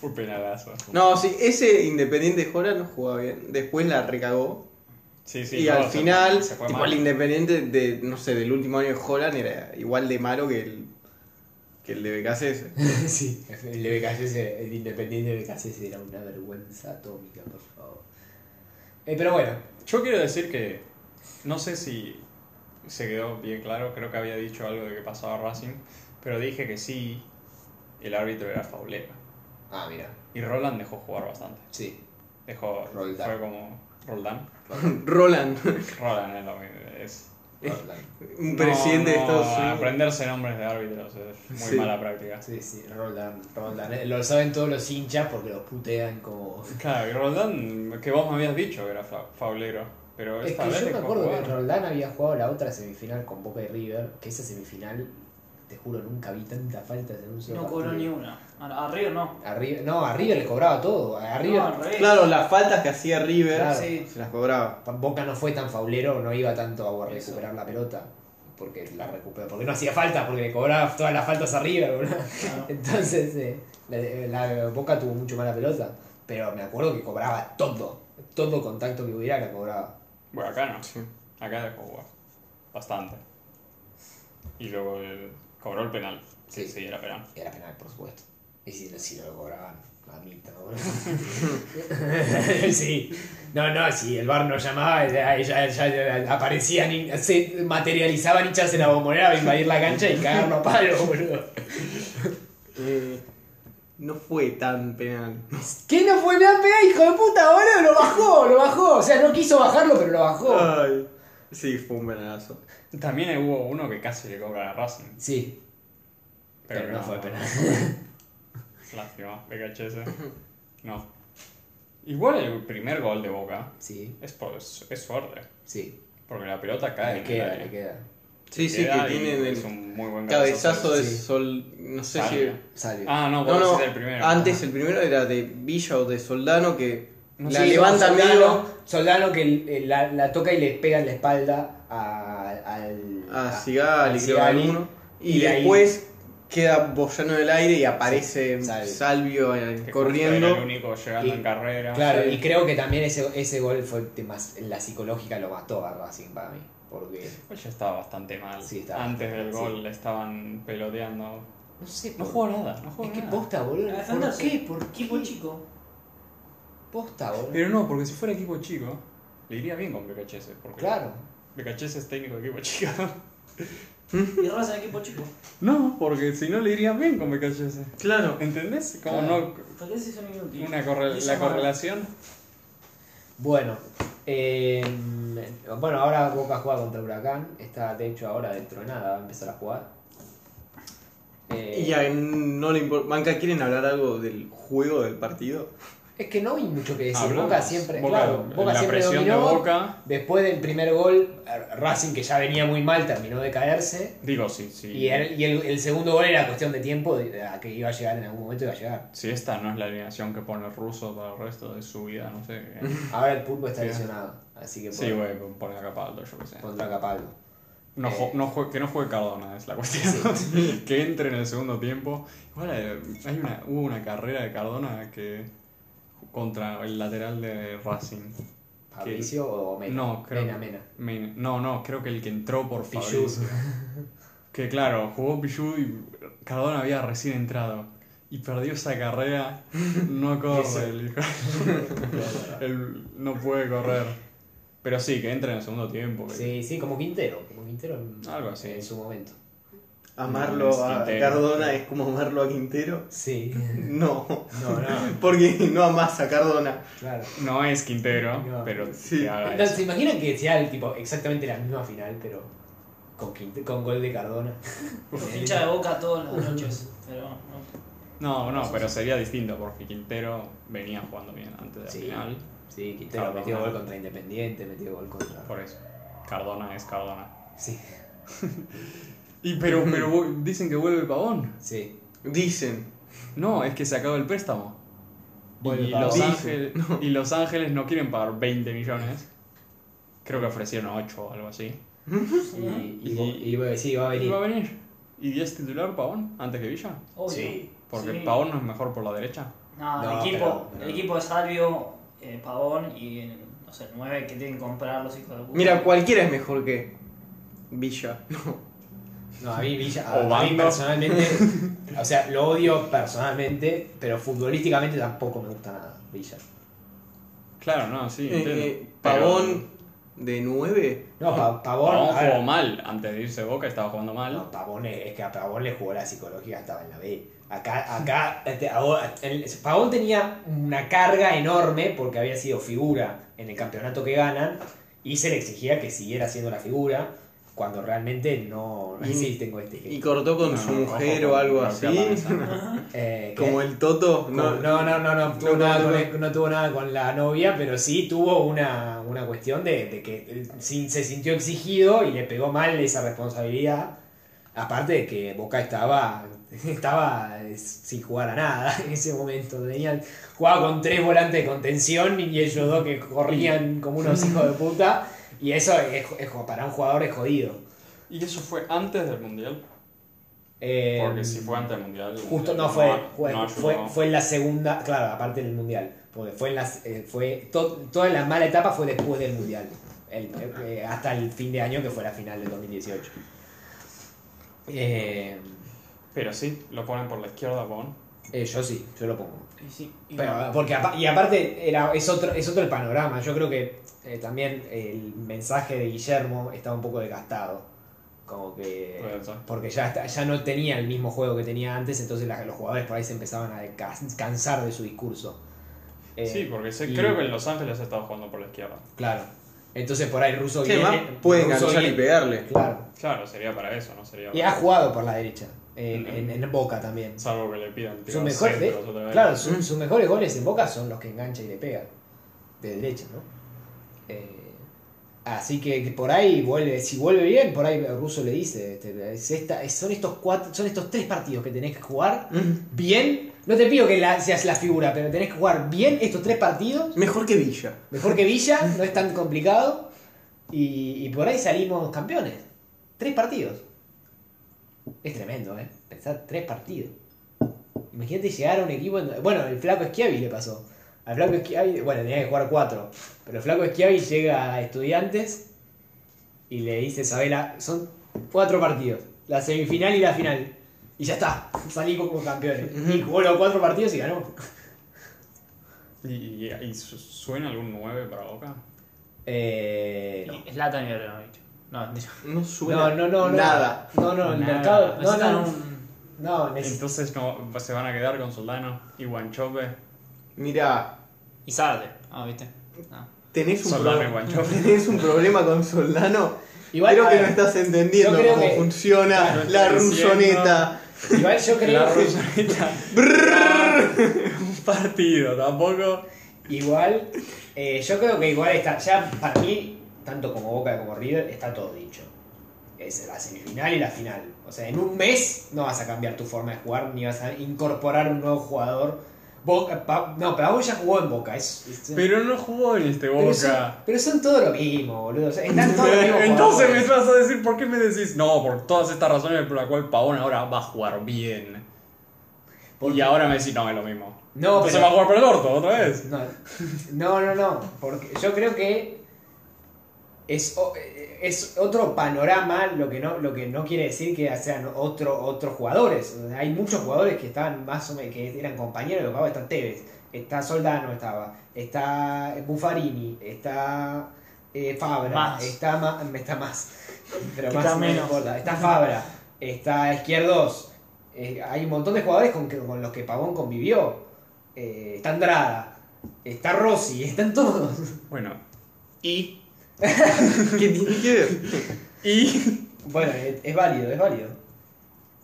Speaker 3: Fue penalazo.
Speaker 2: No, sí, ese Independiente Jora no jugaba bien. Después la recagó.
Speaker 3: Sí, sí,
Speaker 2: y
Speaker 3: no,
Speaker 2: al
Speaker 3: se fue-
Speaker 2: final,
Speaker 3: se fue
Speaker 2: tipo,
Speaker 3: mal.
Speaker 2: el Independiente de, no sé, del último año de Holland era igual de malo que el, que el de BKCS.
Speaker 1: sí, el BKCS, el independiente de BKCS era una vergüenza atómica, por favor. Eh, pero bueno,
Speaker 3: Yo quiero decir que no sé si se quedó bien claro, creo que había dicho algo de que pasaba Racing, pero dije que sí, el árbitro era Faulera.
Speaker 1: ah, mira,
Speaker 3: Y Roland dejó jugar bastante.
Speaker 1: sí.
Speaker 3: [laughs] Dejó,
Speaker 1: Roldán.
Speaker 3: fue como Roldán.
Speaker 2: [laughs] Roland,
Speaker 3: Roland es lo mismo, es-
Speaker 1: Roland.
Speaker 2: un
Speaker 3: No,
Speaker 2: presidente de
Speaker 3: no,
Speaker 2: Estados Unidos.
Speaker 3: Aprenderse nombres de árbitros es muy
Speaker 2: Sí.
Speaker 3: mala práctica.
Speaker 1: Sí, sí, Roldán, Roldán. eh, Lo saben todos los hinchas porque los putean como...
Speaker 3: Claro, y Roldán, que vos me habías dicho que era fa- faulero, pero
Speaker 1: Es
Speaker 3: esta
Speaker 1: que
Speaker 3: vez
Speaker 1: yo me
Speaker 3: dejó
Speaker 1: acuerdo que
Speaker 3: jugar.
Speaker 1: Roldán había jugado la otra semifinal con Boca y River, que esa semifinal, te juro, nunca vi tantas faltas en un solo
Speaker 4: No cobró ni
Speaker 1: partido.
Speaker 4: una. A, a River no.
Speaker 1: A River- no, a River le cobraba todo. A River,
Speaker 4: No, al revés.
Speaker 2: Claro, las faltas que hacía River
Speaker 1: Claro.
Speaker 4: Sí.
Speaker 2: se las cobraba.
Speaker 1: Boca no fue tan faulero, no iba tanto a recuperar la pelota. Porque la recuperó, porque no hacía falta, porque le cobraba todas las faltas a River, boludo.
Speaker 4: Claro.
Speaker 1: [laughs] Entonces, eh, la, la Boca tuvo mucho mala pelota. Pero me acuerdo que cobraba todo. Todo contacto que hubiera la cobraba.
Speaker 3: Bueno, acá no. Acá dejó jugar. Bastante. Y luego el- cobró el penal. Sí,
Speaker 1: Sí.
Speaker 3: sí, era penal.
Speaker 1: Era penal, por supuesto. Y si, si no lo cobraban, mamita, boludo. [laughs] sí. No, no, si el bar no llamaba, ya, ya- ya aparecían, hin- se materializaban hinchas en la bombonera para invadir la cancha y cagarlo a palo, boludo.
Speaker 2: Eh, no fue tan penal.
Speaker 1: ¿Qué no fue nada pega, hijo de puta, boludo? Lo bajó, lo bajó. O sea, no quiso bajarlo, pero lo bajó.
Speaker 2: Ay, sí, fue un penalazo.
Speaker 3: También hubo uno que casi le cobra a Racing.
Speaker 1: Sí,
Speaker 3: Pero,
Speaker 1: pero, no, fue penal.
Speaker 3: Lástima, VHS. No. Igual el primer gol de Boca
Speaker 1: [laughs] Sí,
Speaker 3: es, por, es suerte.
Speaker 1: sí.
Speaker 3: Porque la pelota cae.
Speaker 1: Le
Speaker 3: en el
Speaker 1: queda,
Speaker 3: área.
Speaker 1: le queda.
Speaker 2: Sí, sí,
Speaker 3: Queda
Speaker 2: que
Speaker 3: y
Speaker 2: tienen
Speaker 3: es
Speaker 2: el
Speaker 3: un muy buen
Speaker 2: cabezazo de
Speaker 1: Sí.
Speaker 2: Sol. No sé
Speaker 3: Salvia.
Speaker 2: si.
Speaker 1: Salió.
Speaker 3: Ah, no, vos
Speaker 2: No, no,
Speaker 3: decís el primero.
Speaker 2: antes el primero era de Villa o de Soldano que
Speaker 1: No
Speaker 2: la
Speaker 1: sé,
Speaker 2: levanta
Speaker 1: Soldano-
Speaker 2: medio.
Speaker 1: Soldano que el- el- la, la toca y le pega en la espalda a- al.
Speaker 2: a
Speaker 1: al
Speaker 2: Ah, Sigali, creo que
Speaker 1: Sigali.
Speaker 2: alguno. Y,
Speaker 1: Y ahí-
Speaker 2: después queda bollano en el aire y aparece
Speaker 1: Sí, Salvio.
Speaker 2: Salvio, eh,
Speaker 3: Que justo Era el
Speaker 2: corriendo.
Speaker 3: único llegando
Speaker 1: Y-
Speaker 3: en carrera.
Speaker 1: Claro,
Speaker 2: Sí.
Speaker 1: y creo que también ese, ese gol fue de más, en la psicológica lo mató a Racing para mí. Porque.
Speaker 3: Pues ya estaba bastante mal.
Speaker 1: Sí, estaba
Speaker 3: Antes
Speaker 1: bastante
Speaker 3: del
Speaker 1: mal,
Speaker 3: gol le estaban peloteando.
Speaker 1: No sé,
Speaker 3: No
Speaker 1: por-
Speaker 3: jugó nada, no jugó
Speaker 1: Es que
Speaker 3: nada.
Speaker 1: posta, boludo.
Speaker 4: A
Speaker 1: ¿Por
Speaker 4: defenderse.
Speaker 1: qué? ¿Por qué?
Speaker 4: Equipo chico.
Speaker 1: Posta, boludo.
Speaker 3: Pero no, porque si fuera equipo chico, le iría bien con BKHS. Porque
Speaker 1: Claro.
Speaker 3: BKHS es técnico de
Speaker 1: [laughs]
Speaker 3: equipo chico.
Speaker 4: Y Racing equipo chico.
Speaker 3: No, porque si no le iría bien con BKHS.
Speaker 2: Claro.
Speaker 3: ¿Entendés? Como
Speaker 1: Claro.
Speaker 4: ¿Por qué se hizo inútil?
Speaker 3: no. Una corre-
Speaker 4: Hizo
Speaker 3: la
Speaker 4: mal.
Speaker 3: correlación.
Speaker 1: Bueno, eh, bueno, ahora Boca juega contra Huracán. Está de hecho ahora de tronada, va a empezar a jugar. Eh,
Speaker 2: Y a no le importa. Manca, ¿quieren hablar algo del juego del partido?
Speaker 1: Es que no hay mucho que decir.
Speaker 3: Hablamos.
Speaker 1: Boca siempre,
Speaker 3: Boca-
Speaker 1: claro, Boca
Speaker 3: la
Speaker 1: siempre
Speaker 3: presión
Speaker 1: dominó.
Speaker 3: de Boca.
Speaker 1: Después del primer gol, eh, Racing, que ya venía muy mal, terminó de caerse.
Speaker 3: Digo, sí, sí.
Speaker 1: Y, el, y el- el segundo gol era cuestión de tiempo de- a que iba a llegar en algún momento, iba a llegar.
Speaker 3: Si esta no es la alineación que pone el ruso para el resto de su vida, no sé. qué.
Speaker 1: Ahora el pulpo está
Speaker 3: Sí.
Speaker 1: lesionado, así que
Speaker 3: sí,
Speaker 1: pon-
Speaker 3: güey, pone acá Capaldo, yo qué sé.
Speaker 1: pondrá Capaldo.
Speaker 3: No,
Speaker 1: Eh.
Speaker 3: ju- no jue- que no juegue Cardona es la cuestión.
Speaker 1: [laughs]
Speaker 3: [laughs] que entre en el segundo tiempo. Igual eh, hay una, hubo una carrera de Cardona que contra el lateral de Racing.
Speaker 1: ¿Fabricio o Mena?
Speaker 3: No, creo.
Speaker 1: Mena, Mena.
Speaker 3: Me- no, no, creo que el que entró por
Speaker 1: Pichu.
Speaker 3: Fabricio. Que claro, jugó Pichu y Cardona había recién entrado. Y perdió esa carrera. [laughs] No
Speaker 1: Eso.
Speaker 3: corre el hijo. [laughs] Él no puede correr. Pero sí, que entre en el segundo tiempo. que-
Speaker 1: Sí, sí, como Quintero, como Quintero en,
Speaker 3: Algo así.
Speaker 1: en su momento.
Speaker 2: Amarlo
Speaker 3: No, es
Speaker 2: a
Speaker 3: Quintero.
Speaker 2: Cardona es como amarlo a Quintero.
Speaker 1: Sí. [laughs]
Speaker 2: No. [laughs]
Speaker 1: No, no,
Speaker 2: Porque no amas a Cardona.
Speaker 3: [laughs]
Speaker 1: claro.
Speaker 3: No es Quintero,
Speaker 1: No.
Speaker 3: pero
Speaker 2: Sí.
Speaker 3: que haga
Speaker 1: Entonces, ¿se
Speaker 3: eso.
Speaker 1: imaginan que sea el tipo exactamente la misma final, pero con, Quinte- con gol de
Speaker 3: [laughs]
Speaker 1: Cardona?
Speaker 4: Los hinchas de boca todas las noches. Pero
Speaker 3: No,
Speaker 4: no.
Speaker 3: no, pero sería distinto porque Quintero venía jugando bien antes del
Speaker 1: Sí.
Speaker 3: final.
Speaker 1: Sí, Quintero
Speaker 3: Cardona.
Speaker 1: metió gol contra Independiente, metió gol contra.
Speaker 3: Ah, Por eso. Cardona es Cardona.
Speaker 1: Sí,
Speaker 3: Y pero, pero vu- dicen que vuelve Pavón.
Speaker 1: sí.
Speaker 2: Dicen.
Speaker 3: No, es que se acaba el préstamo.
Speaker 1: Bueno,
Speaker 3: y,
Speaker 1: para
Speaker 3: los
Speaker 2: dije,
Speaker 3: Ángeles, y Los Ángeles [laughs] no quieren pagar 20 millones. Creo que ofrecieron 8 o algo así.
Speaker 1: Y, y, y- y, bueno, sí, va a
Speaker 3: Y
Speaker 1: venir.
Speaker 3: va a venir. ¿Y 10 titular Pavón antes que Villa?
Speaker 5: Obvio.
Speaker 1: Sí,
Speaker 3: Porque
Speaker 5: Sí.
Speaker 3: Pavón no es mejor por la derecha.
Speaker 5: No,
Speaker 1: No,
Speaker 5: el, equipo,
Speaker 1: pero-
Speaker 5: el equipo de Salvio, eh, Pavón y eh, no sé, el 9 que tienen que comprar los hijos de puta.
Speaker 2: Mira, cualquiera es mejor que Villa.
Speaker 1: No, a mí Villa,
Speaker 3: O
Speaker 1: a, a mí
Speaker 3: [laughs] Bando.
Speaker 1: personalmente, [laughs] o sea, lo odio personalmente, pero futbolísticamente tampoco me gusta nada Villa.
Speaker 3: Claro, no, sí.
Speaker 2: Eh,
Speaker 3: entiendo.
Speaker 2: eh,
Speaker 3: Pero
Speaker 2: Pavón de 9.
Speaker 1: No, Pa- Pavón,
Speaker 3: Pavón
Speaker 1: a ver,
Speaker 3: jugó mal. Antes de irse Boca estaba jugando mal.
Speaker 1: no, Pavón es, es que a Pavón le jugó la psicología, estaba en la B. Acá, acá, este, ahora, el- Pavón tenía una carga enorme porque había sido figura en el campeonato que ganan y se le exigía que siguiera siendo la figura cuando realmente no...
Speaker 2: Y-
Speaker 1: sí, tengo este
Speaker 2: Y cortó con
Speaker 3: No,
Speaker 2: su
Speaker 3: no,
Speaker 2: mujer
Speaker 3: ojo
Speaker 2: o
Speaker 3: con
Speaker 2: algo
Speaker 3: lo que
Speaker 2: así.
Speaker 3: aparece.
Speaker 1: Eh, que-
Speaker 2: Como el Toto.
Speaker 1: No,
Speaker 2: No,
Speaker 1: no, no, no, no, tuvo
Speaker 2: No, no,
Speaker 1: nada
Speaker 2: no,
Speaker 1: con
Speaker 2: no.
Speaker 1: el- no tuvo nada con la novia, pero sí tuvo una, una cuestión de, de que eh, sin- se sintió exigido y le pegó mal esa responsabilidad. Aparte de que Boca estaba, [laughs] estaba eh, sin jugar a nada en ese momento. Tenían, jugaba con tres volantes de contención y ellos dos que corrían como unos hijos de puta. Y eso es, es- para un jugador es jodido.
Speaker 3: [laughs] Y eso fue antes del Mundial.
Speaker 1: Eh,
Speaker 3: Porque si fue antes del Mundial. el
Speaker 1: Justo,
Speaker 3: Mundial
Speaker 1: no, fue, fue,
Speaker 3: no ayudó.
Speaker 1: fue, fue en la segunda, claro, aparte del mundial. Porque fue en las, eh, fue, to- toda la mala etapa fue después del mundial. el- eh, hasta el fin de año que fue la final del 2018. Eh,
Speaker 3: Pero sí, lo ponen por la izquierda Pavón.
Speaker 1: eh, yo sí, yo lo pongo.
Speaker 4: Y sí, y
Speaker 1: Pero, porque apa- y aparte era, es, otro, es otro el panorama. Yo creo que eh, también el mensaje de Guillermo estaba un poco desgastado. Como que.
Speaker 3: Puede ser.
Speaker 1: Porque ya, está- ya no tenía el mismo juego que tenía antes, entonces la- los jugadores por ahí se empezaban a ca- cansar de su discurso. Eh,
Speaker 3: Sí, porque se-
Speaker 1: y-
Speaker 3: creo que en Los Ángeles estaba jugando por la izquierda.
Speaker 1: Claro. Entonces por ahí Russo
Speaker 2: Che,
Speaker 1: viene-
Speaker 2: más puede
Speaker 1: Russo
Speaker 2: enganchar y
Speaker 1: viene-
Speaker 2: pegarle.
Speaker 1: Claro.
Speaker 3: Claro, sería para eso, no sería
Speaker 1: Y
Speaker 3: para
Speaker 1: ha jugado por la derecha, en, en- en Boca también.
Speaker 3: Salvo que le pidan
Speaker 1: Sus
Speaker 3: tirar
Speaker 1: mejores,
Speaker 3: centros otra vez.
Speaker 1: claro, su- sus mejores goles en Boca son los que engancha y le pega. De derecha, ¿no? Eh, así que, que por ahí vuelve, si vuelve bien, por ahí Russo le dice, este, es esta- es- son estos cuatro, son estos tres partidos que tenés que jugar
Speaker 2: Mm.
Speaker 1: bien. No te pido que la- seas la figura, pero tenés que jugar bien estos tres partidos.
Speaker 2: Mejor que Villa.
Speaker 1: Mejor que Villa, no es tan complicado. Y, y por ahí salimos campeones. Tres partidos. Es tremendo, ¿eh? Pensar tres partidos. Imagínate llegar a un equipo. en donde- Bueno, el Flaco Schiavi le pasó. Al Flaco Schiavi, bueno, tenía que jugar cuatro. Pero el Flaco Schiavi llega a Estudiantes y le dice: Sabela, son cuatro partidos. La semifinal y la final. Y ya está, salimos como campeones. Y jugó los cuatro partidos y ganó.
Speaker 3: ¿Y, y, y su- suena algún 9 para Boca?
Speaker 1: Eh,
Speaker 5: Es Latan y Abramovich. No, [laughs] mentira.
Speaker 2: No suena
Speaker 1: No, no, no, no.
Speaker 2: nada.
Speaker 1: No, no, el
Speaker 5: Nada.
Speaker 1: mercado. No,
Speaker 5: Necesitan
Speaker 1: no,
Speaker 5: un-
Speaker 1: no, este- necesito.
Speaker 3: Entonces no, se van a quedar con Soldano y Guanchope.
Speaker 2: Mira,
Speaker 5: Y Sarde. Ah, ¿viste? No.
Speaker 2: tenés un,
Speaker 3: Soldano
Speaker 2: pro-
Speaker 3: y Guanchope.
Speaker 2: [laughs] tenés un problema con Soldano.
Speaker 1: Igual, eh,
Speaker 2: creo
Speaker 1: a
Speaker 2: que
Speaker 1: ver,
Speaker 2: no estás entendiendo
Speaker 1: yo creo
Speaker 2: cómo
Speaker 1: que-
Speaker 2: funciona
Speaker 3: Claro,
Speaker 2: la
Speaker 3: estoy diciendo-
Speaker 2: rusoneta.
Speaker 1: [laughs] Igual yo creo
Speaker 3: La
Speaker 1: que- [laughs]
Speaker 3: Rosalita. Un partido, tampoco.
Speaker 1: Igual. eh, yo creo que igual está. Ya para mí, tanto como Boca como River, está todo dicho. Es la semifinal y la final. O sea, en un mes no vas a cambiar tu forma de jugar ni vas a incorporar un nuevo jugador. Boca, Pa- no, Pavón ya jugó en Boca. Es, es-
Speaker 3: Pero no jugó en este
Speaker 1: pero son,
Speaker 3: Boca.
Speaker 1: pero son todo lo mismo, boludo. O sea, están todos
Speaker 3: [laughs]
Speaker 1: los mismos
Speaker 3: Entonces me
Speaker 1: jugadores.
Speaker 3: vas a decir, ¿por qué me decís? No, por todas estas razones por la cual Pavón ahora va a jugar bien.
Speaker 1: ¿Por
Speaker 3: Y ahora me decís, no, es lo mismo.
Speaker 1: No,
Speaker 3: Entonces
Speaker 1: pero-
Speaker 3: va a jugar por el orto, otra vez.
Speaker 1: No, no, no, no, porque yo creo que es, o- es otro panorama, lo que no, lo que no quiere decir que sean otro, otros jugadores. O sea, Hay muchos jugadores que estaban más o menos, que eran compañeros de Boca, está Tevez, está Soldano, estaba, está Buffarini, está eh, Fabra,
Speaker 5: Más.
Speaker 1: está más, está más, pero
Speaker 5: Que
Speaker 1: más
Speaker 5: está
Speaker 1: no
Speaker 5: menos.
Speaker 1: importa. está Fabra, está Izquierdos, eh, hay un montón de jugadores con, que- con los que Pavón convivió. Eh, está Andrada, está Rossi, [laughs] están todos.
Speaker 3: Bueno, y.
Speaker 2: [laughs] ¿Qué tiene que ver?
Speaker 3: Y. [laughs]
Speaker 1: Bueno, es, es válido, es válido.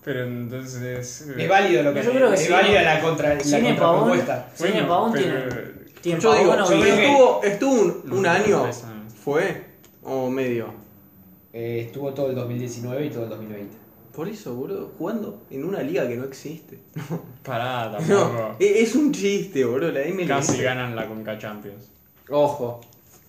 Speaker 3: Pero entonces. eh,
Speaker 1: Es válido lo que
Speaker 5: Yo creo que
Speaker 1: es
Speaker 5: sí.
Speaker 1: válida la contra
Speaker 5: Si
Speaker 1: la
Speaker 5: viene Pavón,
Speaker 1: contrapropuesta.
Speaker 5: si viene Pavón tiene.
Speaker 3: pero-
Speaker 5: tiene
Speaker 2: Yo
Speaker 5: Pavón
Speaker 2: digo, yo
Speaker 5: o
Speaker 1: creo
Speaker 5: Villa.
Speaker 1: que-
Speaker 2: estuvo, estuvo un, un
Speaker 3: No,
Speaker 2: año,
Speaker 3: esa no.
Speaker 2: fue, o medio.
Speaker 5: [laughs]
Speaker 1: Eh, estuvo todo el 2019 y todo el 2020.
Speaker 2: Por eso, boludo, jugando en una liga que no existe. [laughs]
Speaker 3: Pará,
Speaker 2: No, [laughs]
Speaker 3: tampoco.
Speaker 2: e- es un chiste, boludo, la MLS.
Speaker 3: Casi ganan la Conca Champions.
Speaker 2: Ojo.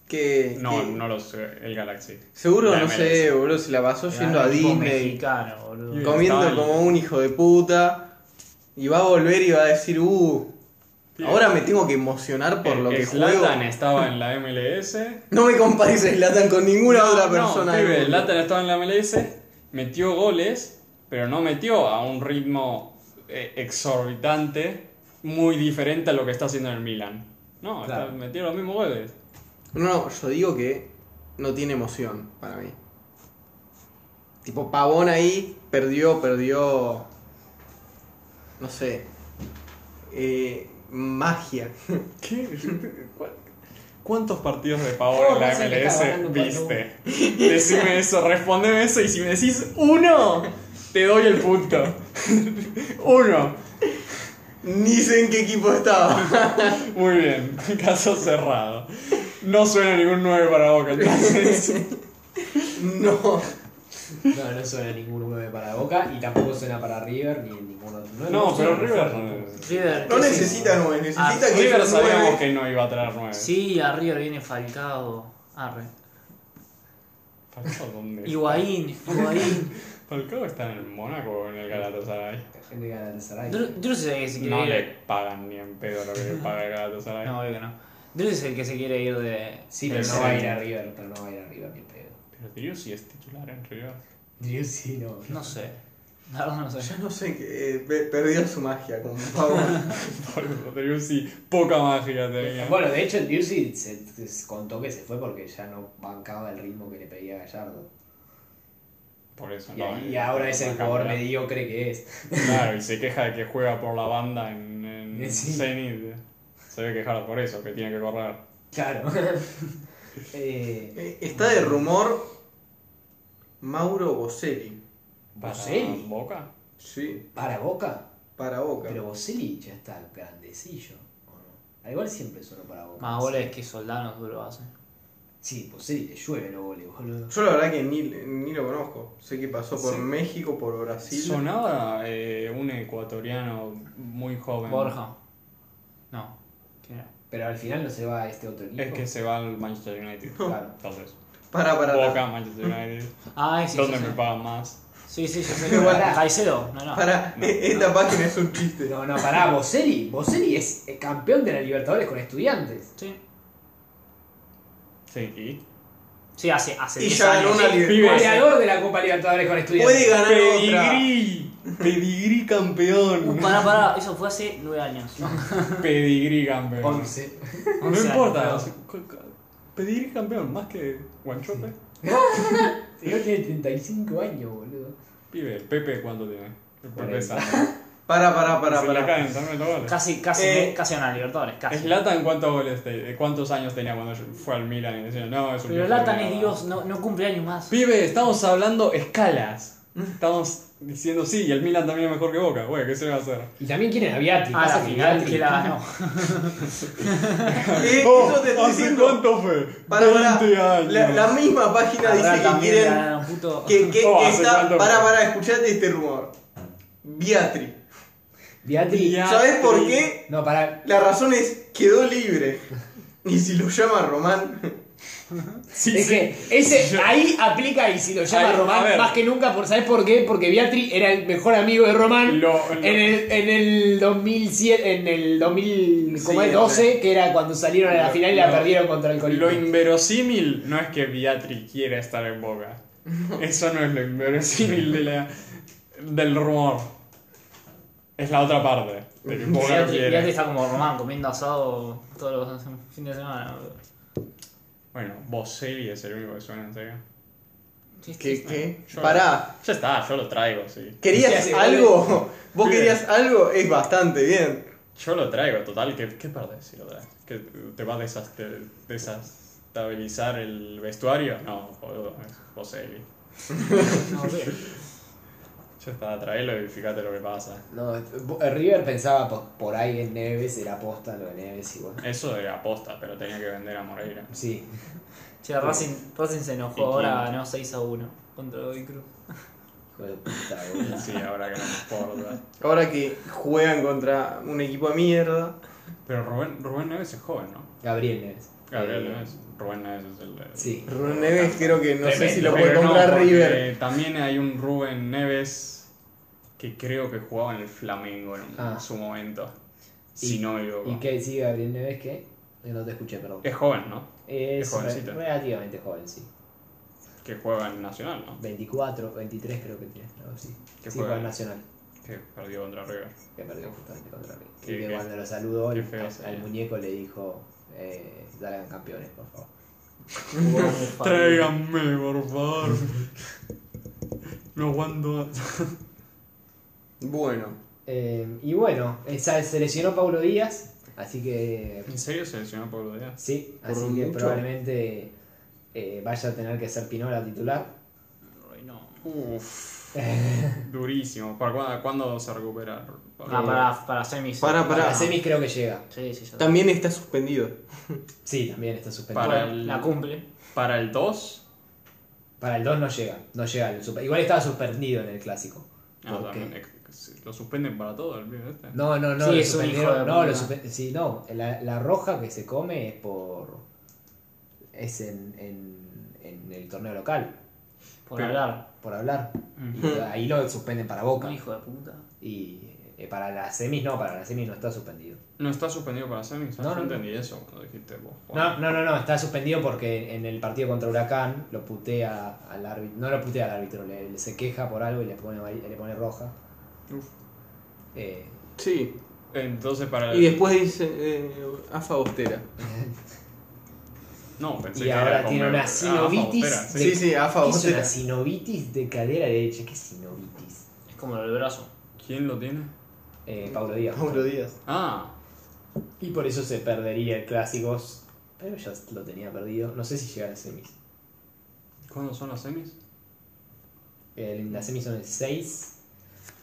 Speaker 2: Que,
Speaker 3: No,
Speaker 2: que-
Speaker 3: no lo sé, el Galaxy.
Speaker 2: Seguro,
Speaker 3: La
Speaker 2: no sé,
Speaker 3: MLS.
Speaker 2: boludo, se la pasó yendo a
Speaker 4: Era un equipo
Speaker 2: Disney,
Speaker 4: mexicano, boludo.
Speaker 3: Sí.
Speaker 2: comiendo
Speaker 3: Está bien.
Speaker 2: como un hijo de puta. Y va a volver y va a decir, uh, ahora me tengo que emocionar por lo que juego.
Speaker 3: Eh, Zlatan estaba en la [laughs] MLS.
Speaker 2: No me compares a Zlatan con ninguna
Speaker 3: No,
Speaker 2: otra
Speaker 3: no,
Speaker 2: persona. del
Speaker 3: pibe,
Speaker 2: mundo.
Speaker 3: Zlatan estaba en la MLS, metió goles, pero no metió a un ritmo eh, exorbitante muy diferente a lo que está haciendo en el Milan. No, está-
Speaker 1: Claro.
Speaker 3: metió los mismos goles.
Speaker 2: No, no, yo digo que no tiene emoción para mí. Tipo, Pavón ahí perdió, perdió. No sé. eh, magia. [laughs]
Speaker 3: ¿Qué? [laughs] ¿Cuál- ¿Cuántos partidos de Pavón en
Speaker 1: ¿Cómo
Speaker 3: la
Speaker 1: pasa que está
Speaker 3: MLS
Speaker 1: ganando un
Speaker 3: viste? [laughs] Decime eso, respondeme eso y si me decís uno, te doy el punto. [laughs] Uno.
Speaker 2: Ni sé en qué equipo estaba. [laughs]
Speaker 3: Muy bien, [laughs] caso cerrado. No suena ningún 9 para Boca, entonces.
Speaker 2: No.
Speaker 1: No, no suena ningún 9 para Boca y tampoco suena para River ni ningún otro.
Speaker 3: No,
Speaker 1: suena.
Speaker 3: pero River no.
Speaker 4: River,
Speaker 2: No
Speaker 4: ¿qué
Speaker 2: necesita
Speaker 4: es?
Speaker 2: nueve, necesita
Speaker 4: Ah,
Speaker 2: que
Speaker 3: River
Speaker 2: haya un nueve.
Speaker 3: sabíamos que no iba a traer 9.
Speaker 4: Sí, a River viene Falcao. Arre.
Speaker 3: ¿Falcao
Speaker 1: [laughs]
Speaker 3: dónde? está?
Speaker 4: Higuaín, Higuaín.
Speaker 3: Falcao está en el Mónaco o en el Galatasaray.
Speaker 1: La gente de Galatasaray.
Speaker 4: Dru Drus es el que se quiere
Speaker 3: No le
Speaker 4: ir.
Speaker 3: pagan ni en pedo lo que le paga
Speaker 1: [laughs]
Speaker 3: el Galatasaray.
Speaker 4: No, obvio que no. Drus es el que se quiere ir de.
Speaker 1: Sí,
Speaker 4: del
Speaker 1: pero no
Speaker 4: Celta.
Speaker 1: va a ir a River, pero no va a ir a River ni pedo.
Speaker 3: Pero Dios sí es titular en River. [laughs]
Speaker 1: Digo, sí, no.
Speaker 4: No sé. La verdad no sé.
Speaker 2: Ya no sé, que, eh, pe- perdió su magia con
Speaker 3: [laughs]
Speaker 2: Pavón.
Speaker 3: Por Driussi, poca magia tenía.
Speaker 1: Eh, Bueno, de hecho, el Diusi se, se contó que se fue porque ya no bancaba el ritmo que le pedía Gallardo.
Speaker 3: Por eso
Speaker 1: Y,
Speaker 3: no. eh,
Speaker 1: y ahora es el jugador
Speaker 3: cambiar.
Speaker 1: mediocre que es.
Speaker 3: Claro, y se queja de que juega por la banda en, en
Speaker 1: Sí.
Speaker 3: Zenit. Se debe quejar por eso, que tiene que correr.
Speaker 1: Claro. [laughs] eh,
Speaker 2: Eh, Está de rumor Mauro Boselli.
Speaker 1: Boselli.
Speaker 3: Boca?
Speaker 2: Sí,
Speaker 1: ¿Para Boca?
Speaker 2: para Boca.
Speaker 1: Pero Boselli ya está grandecillo, ¿o no? Al igual siempre suena para Boca.
Speaker 4: Más goles que soldados duro hacen.
Speaker 1: Sí, Boselli le llueve los goles, boludo.
Speaker 2: Yo la verdad que ni, ni lo conozco. Sé que pasó por
Speaker 1: Sí.
Speaker 2: México, por Brasil.
Speaker 3: Sonaba eh, un ecuatoriano muy joven.
Speaker 4: Borja. No. ¿Quién era?
Speaker 1: Pero al final no se va a este otro equipo.
Speaker 3: Es que se va al Manchester United.
Speaker 1: Claro.
Speaker 3: Entonces,
Speaker 2: Para, para, para.
Speaker 3: Boca,
Speaker 4: [laughs]
Speaker 3: Manchester United.
Speaker 4: Ah, sí,
Speaker 3: ¿Dónde
Speaker 4: sí,
Speaker 3: me
Speaker 4: sí.
Speaker 3: pagan más?
Speaker 4: Sí, sí, yo sé.
Speaker 2: [laughs]
Speaker 1: Pará.
Speaker 4: Caicedo. No, no.
Speaker 2: Pará,
Speaker 3: No,
Speaker 2: e- esta página es un chiste.
Speaker 1: No, no, pará, Boselli. Boselli es eh, campeón de la Libertadores con estudiantes.
Speaker 4: Sí.
Speaker 3: Sí, y.
Speaker 4: Sí, hace, hace
Speaker 2: y
Speaker 4: 10
Speaker 2: ya ganó
Speaker 4: años.
Speaker 2: una liga.
Speaker 3: Pibe.
Speaker 1: Goleador de la Copa Libertadores con estudiantes.
Speaker 2: Puede ganar otra.
Speaker 3: Pedigrí. Pedigrí
Speaker 4: Uh, [laughs]
Speaker 3: campeón.
Speaker 4: pará, pará, eso fue hace
Speaker 2: [laughs]
Speaker 4: 9 años.
Speaker 3: Pedigrí campeón.
Speaker 1: 11.
Speaker 3: No
Speaker 4: Once
Speaker 3: importa.
Speaker 4: años,
Speaker 3: Pedigrí campeón, más que Guanchope.
Speaker 1: Yo tiene 35 años, boludo.
Speaker 3: Pibe, el Pepe, ¿cuánto tiene? El Pepe
Speaker 1: Cuarenta.
Speaker 3: Sano.
Speaker 2: Para, para, para,
Speaker 3: Para, Se le
Speaker 2: para.
Speaker 3: caen también los goles.
Speaker 4: Casi, casi,
Speaker 2: Eh,
Speaker 4: casi a una Libertadores, casi.
Speaker 3: Zlatan, ¿cuántos, goles te- cuántos años tenía cuando fue al Milan? Y decían, no, es un
Speaker 4: Pero
Speaker 3: viejo
Speaker 4: Latan
Speaker 3: de
Speaker 4: es
Speaker 3: mierda.
Speaker 4: Dios, no, no cumple años más.
Speaker 3: Pibe, estamos hablando escalas. Estamos diciendo, sí, y el Milan también es mejor que Boca. Güey, ¿qué se le va a hacer?
Speaker 1: Y también quieren a Viatri.
Speaker 4: A Ah, la
Speaker 1: pasa Ah, que
Speaker 4: final
Speaker 1: Viatri-
Speaker 4: que
Speaker 2: [laughs]
Speaker 4: la ganó.
Speaker 3: [laughs]
Speaker 2: Eh, eso te estoy
Speaker 3: Oh, ¿Hace
Speaker 2: diciendo.
Speaker 3: cuánto fue?
Speaker 2: Para, para.
Speaker 3: 20 años.
Speaker 2: La, la misma página
Speaker 4: Ahora
Speaker 2: dice que
Speaker 4: también la
Speaker 2: quieren.
Speaker 4: ganaron, puto.
Speaker 2: Que, que,
Speaker 3: Oh,
Speaker 2: que
Speaker 3: ¿hace
Speaker 2: está.
Speaker 3: cuánto?
Speaker 2: Para, para, escuchate este rumor. Beatriz.
Speaker 1: Viatri.
Speaker 3: Ya.
Speaker 2: ¿Sabes por
Speaker 3: Beatriz.
Speaker 2: qué?
Speaker 1: No, pará.
Speaker 2: La razón es quedó libre. Y si lo llama Román.
Speaker 3: Sí,
Speaker 1: Es
Speaker 3: sí.
Speaker 1: que ese, ahí aplica y si lo llama
Speaker 3: Ahí, a
Speaker 1: Román
Speaker 3: ver.
Speaker 1: más que nunca, por ¿sabes por qué? Porque Viatri era el mejor amigo de Román
Speaker 3: Lo- lo-
Speaker 1: en el, en el 2007, en el 2000, como
Speaker 2: Sí,
Speaker 1: es, 12, que era cuando salieron a la
Speaker 3: Lo-
Speaker 1: final y la
Speaker 3: lo-
Speaker 1: perdieron contra el
Speaker 3: Lo
Speaker 1: Corinthians.
Speaker 3: inverosímil no es que Beatriz quiera estar en Boca.
Speaker 2: [laughs]
Speaker 3: Eso no es lo inverosímil de la, del rumor. Es la otra parte. De que Boca no
Speaker 4: Mirate- mirate,
Speaker 3: quiere.
Speaker 4: está como Román comiendo asado todos los fines de semana. boludo.
Speaker 3: Bueno, Boselli es el único que suena en serio.
Speaker 4: Sí, sí,
Speaker 2: ¿Qué,
Speaker 4: sí.
Speaker 2: qué?
Speaker 3: Yo-
Speaker 2: Pará.
Speaker 3: Ya está, yo lo traigo, sí.
Speaker 2: ¿Querías
Speaker 1: Sí, sí,
Speaker 2: algo? ¿Vos
Speaker 3: Bien.
Speaker 2: querías algo? Es bastante bien.
Speaker 3: Yo lo traigo, total. ¿Qué, qué perdés si lo traes? ¿Que te va a desaste- desestabilizar el vestuario? No, boludo, es Boselli.
Speaker 4: No, boludo.
Speaker 3: Ya está, traelo y fíjate lo que pasa.
Speaker 1: No, eh, River pensaba po- por ahí en Neves, era aposta lo de Neves igual.
Speaker 3: Eso era aposta, pero tenía que vender a Moreira.
Speaker 1: Sí.
Speaker 4: Che, Racing, Racing se enojó,
Speaker 3: ¿Y quién? [laughs]
Speaker 4: ahora ganó 6 a 1 contra Godoy Cruz.
Speaker 6: Hijo de puta, boludo.
Speaker 3: Sí, ahora que no me importa.
Speaker 2: Ahora que juegan contra un equipo de mierda.
Speaker 3: Pero Rubén, Rubén Neves es joven, ¿no?
Speaker 6: Gabriel Neves.
Speaker 3: Gabriel
Speaker 6: Eh,
Speaker 3: Neves. Rubén Neves es el. de-
Speaker 6: Sí.
Speaker 2: Rubén Neves creo que no sé si lo
Speaker 3: Pero
Speaker 2: puede
Speaker 3: no,
Speaker 2: comprar
Speaker 3: porque
Speaker 2: River.
Speaker 3: También hay un Rubén Neves que creo que jugaba en el Flamengo en
Speaker 1: Ah.
Speaker 3: su momento.
Speaker 1: Y-
Speaker 3: Si no me equivoco.
Speaker 1: ¿Y qué sigue Gabriel Neves? ¿Qué? Eh, No te escuché, perdón.
Speaker 3: Es joven, ¿no?
Speaker 1: Es,
Speaker 3: es jovencito.
Speaker 1: re- relativamente joven, sí.
Speaker 3: Que juega en Nacional, ¿no?
Speaker 1: 24, 23 creo que tiene. algo así.
Speaker 3: Que
Speaker 1: Sí,
Speaker 3: juega-
Speaker 1: juega en Nacional.
Speaker 3: Que perdió contra River.
Speaker 1: que perdió justamente contra mí.
Speaker 3: Qué-
Speaker 1: y que
Speaker 3: qué-
Speaker 1: cuando lo saludó
Speaker 3: qué
Speaker 1: al-
Speaker 3: feo
Speaker 1: al,
Speaker 3: sería.
Speaker 1: muñeco le dijo, eh, salgan campeones, por favor.
Speaker 3: Tráiganme,
Speaker 1: [laughs]
Speaker 3: por favor. No aguanto.
Speaker 2: Bueno,
Speaker 1: Eh, y bueno, esa, se lesionó Paulo Díaz, así que
Speaker 3: ¿En serio se lesionó Pablo Díaz?
Speaker 1: sí,
Speaker 2: Por
Speaker 1: así que
Speaker 2: mucho.
Speaker 1: probablemente eh, vaya a tener que ser Pinola titular.
Speaker 4: No.
Speaker 3: Uff. [laughs] Durísimo. ¿Para cuándo, cuándo se recupera?
Speaker 4: Ah, para, para semis.
Speaker 2: Para- para-
Speaker 1: A semis creo que llega.
Speaker 4: Sí, sí, ya.
Speaker 2: también está suspendido.
Speaker 1: Sí, también está suspendido.
Speaker 3: Para
Speaker 4: Para
Speaker 3: el-
Speaker 4: La cumple.
Speaker 3: ¿Para el 2?
Speaker 1: Para el 2 no llega, no llega. el super- Igual estaba suspendido en el clásico.
Speaker 3: Ah,
Speaker 1: Porque-
Speaker 3: también, eh, que se- lo suspenden para todo el pibe este.
Speaker 1: No, no, no.
Speaker 4: Sí,
Speaker 1: lo
Speaker 4: es un hijo de
Speaker 1: suspendieron- no, lo
Speaker 4: puta.
Speaker 1: suspe- sí, no. La, la roja que se come es por. Es en, en, en el torneo local,
Speaker 4: Por
Speaker 3: Pero-
Speaker 4: hablar.
Speaker 1: por hablar. Y ahí lo suspenden para boca.
Speaker 5: Un hijo de puta.
Speaker 1: Y eh, para las semis no, para las semis no está suspendido.
Speaker 3: No está suspendido para semis. No,
Speaker 1: No,
Speaker 3: no,
Speaker 1: no, no.
Speaker 3: entendí eso cuando dijiste vos.
Speaker 1: No, no, no, no, está suspendido porque en el partido contra Huracán lo putea al árbitro. No lo putea al árbitro, le, le se queja por algo y le pone, amarilla- le pone roja.
Speaker 3: Uf.
Speaker 1: Eh,
Speaker 2: Sí.
Speaker 3: Entonces para el...
Speaker 2: Y después dice eh, AFA Bostera.
Speaker 3: No, pensé
Speaker 1: Y
Speaker 3: que
Speaker 1: ahora
Speaker 3: era como-
Speaker 1: tiene una
Speaker 3: ah,
Speaker 1: sinovitis.
Speaker 3: Faustera, sí.
Speaker 2: Sí, sí, AFA
Speaker 1: ¿Qué es una
Speaker 2: Bostera.
Speaker 1: sinovitis de cadera derecha? ¿Qué sinovitis?
Speaker 4: Es como lo del brazo.
Speaker 3: ¿Quién lo tiene?
Speaker 1: Eh, Paulo Díaz.
Speaker 2: Pablo Díaz.
Speaker 3: Ah,
Speaker 1: Y por eso se perdería el Clásicos. Pero ya lo tenía perdido. No sé si llega a las semis.
Speaker 3: ¿cuándo son las semis?
Speaker 1: El- las semis son el 6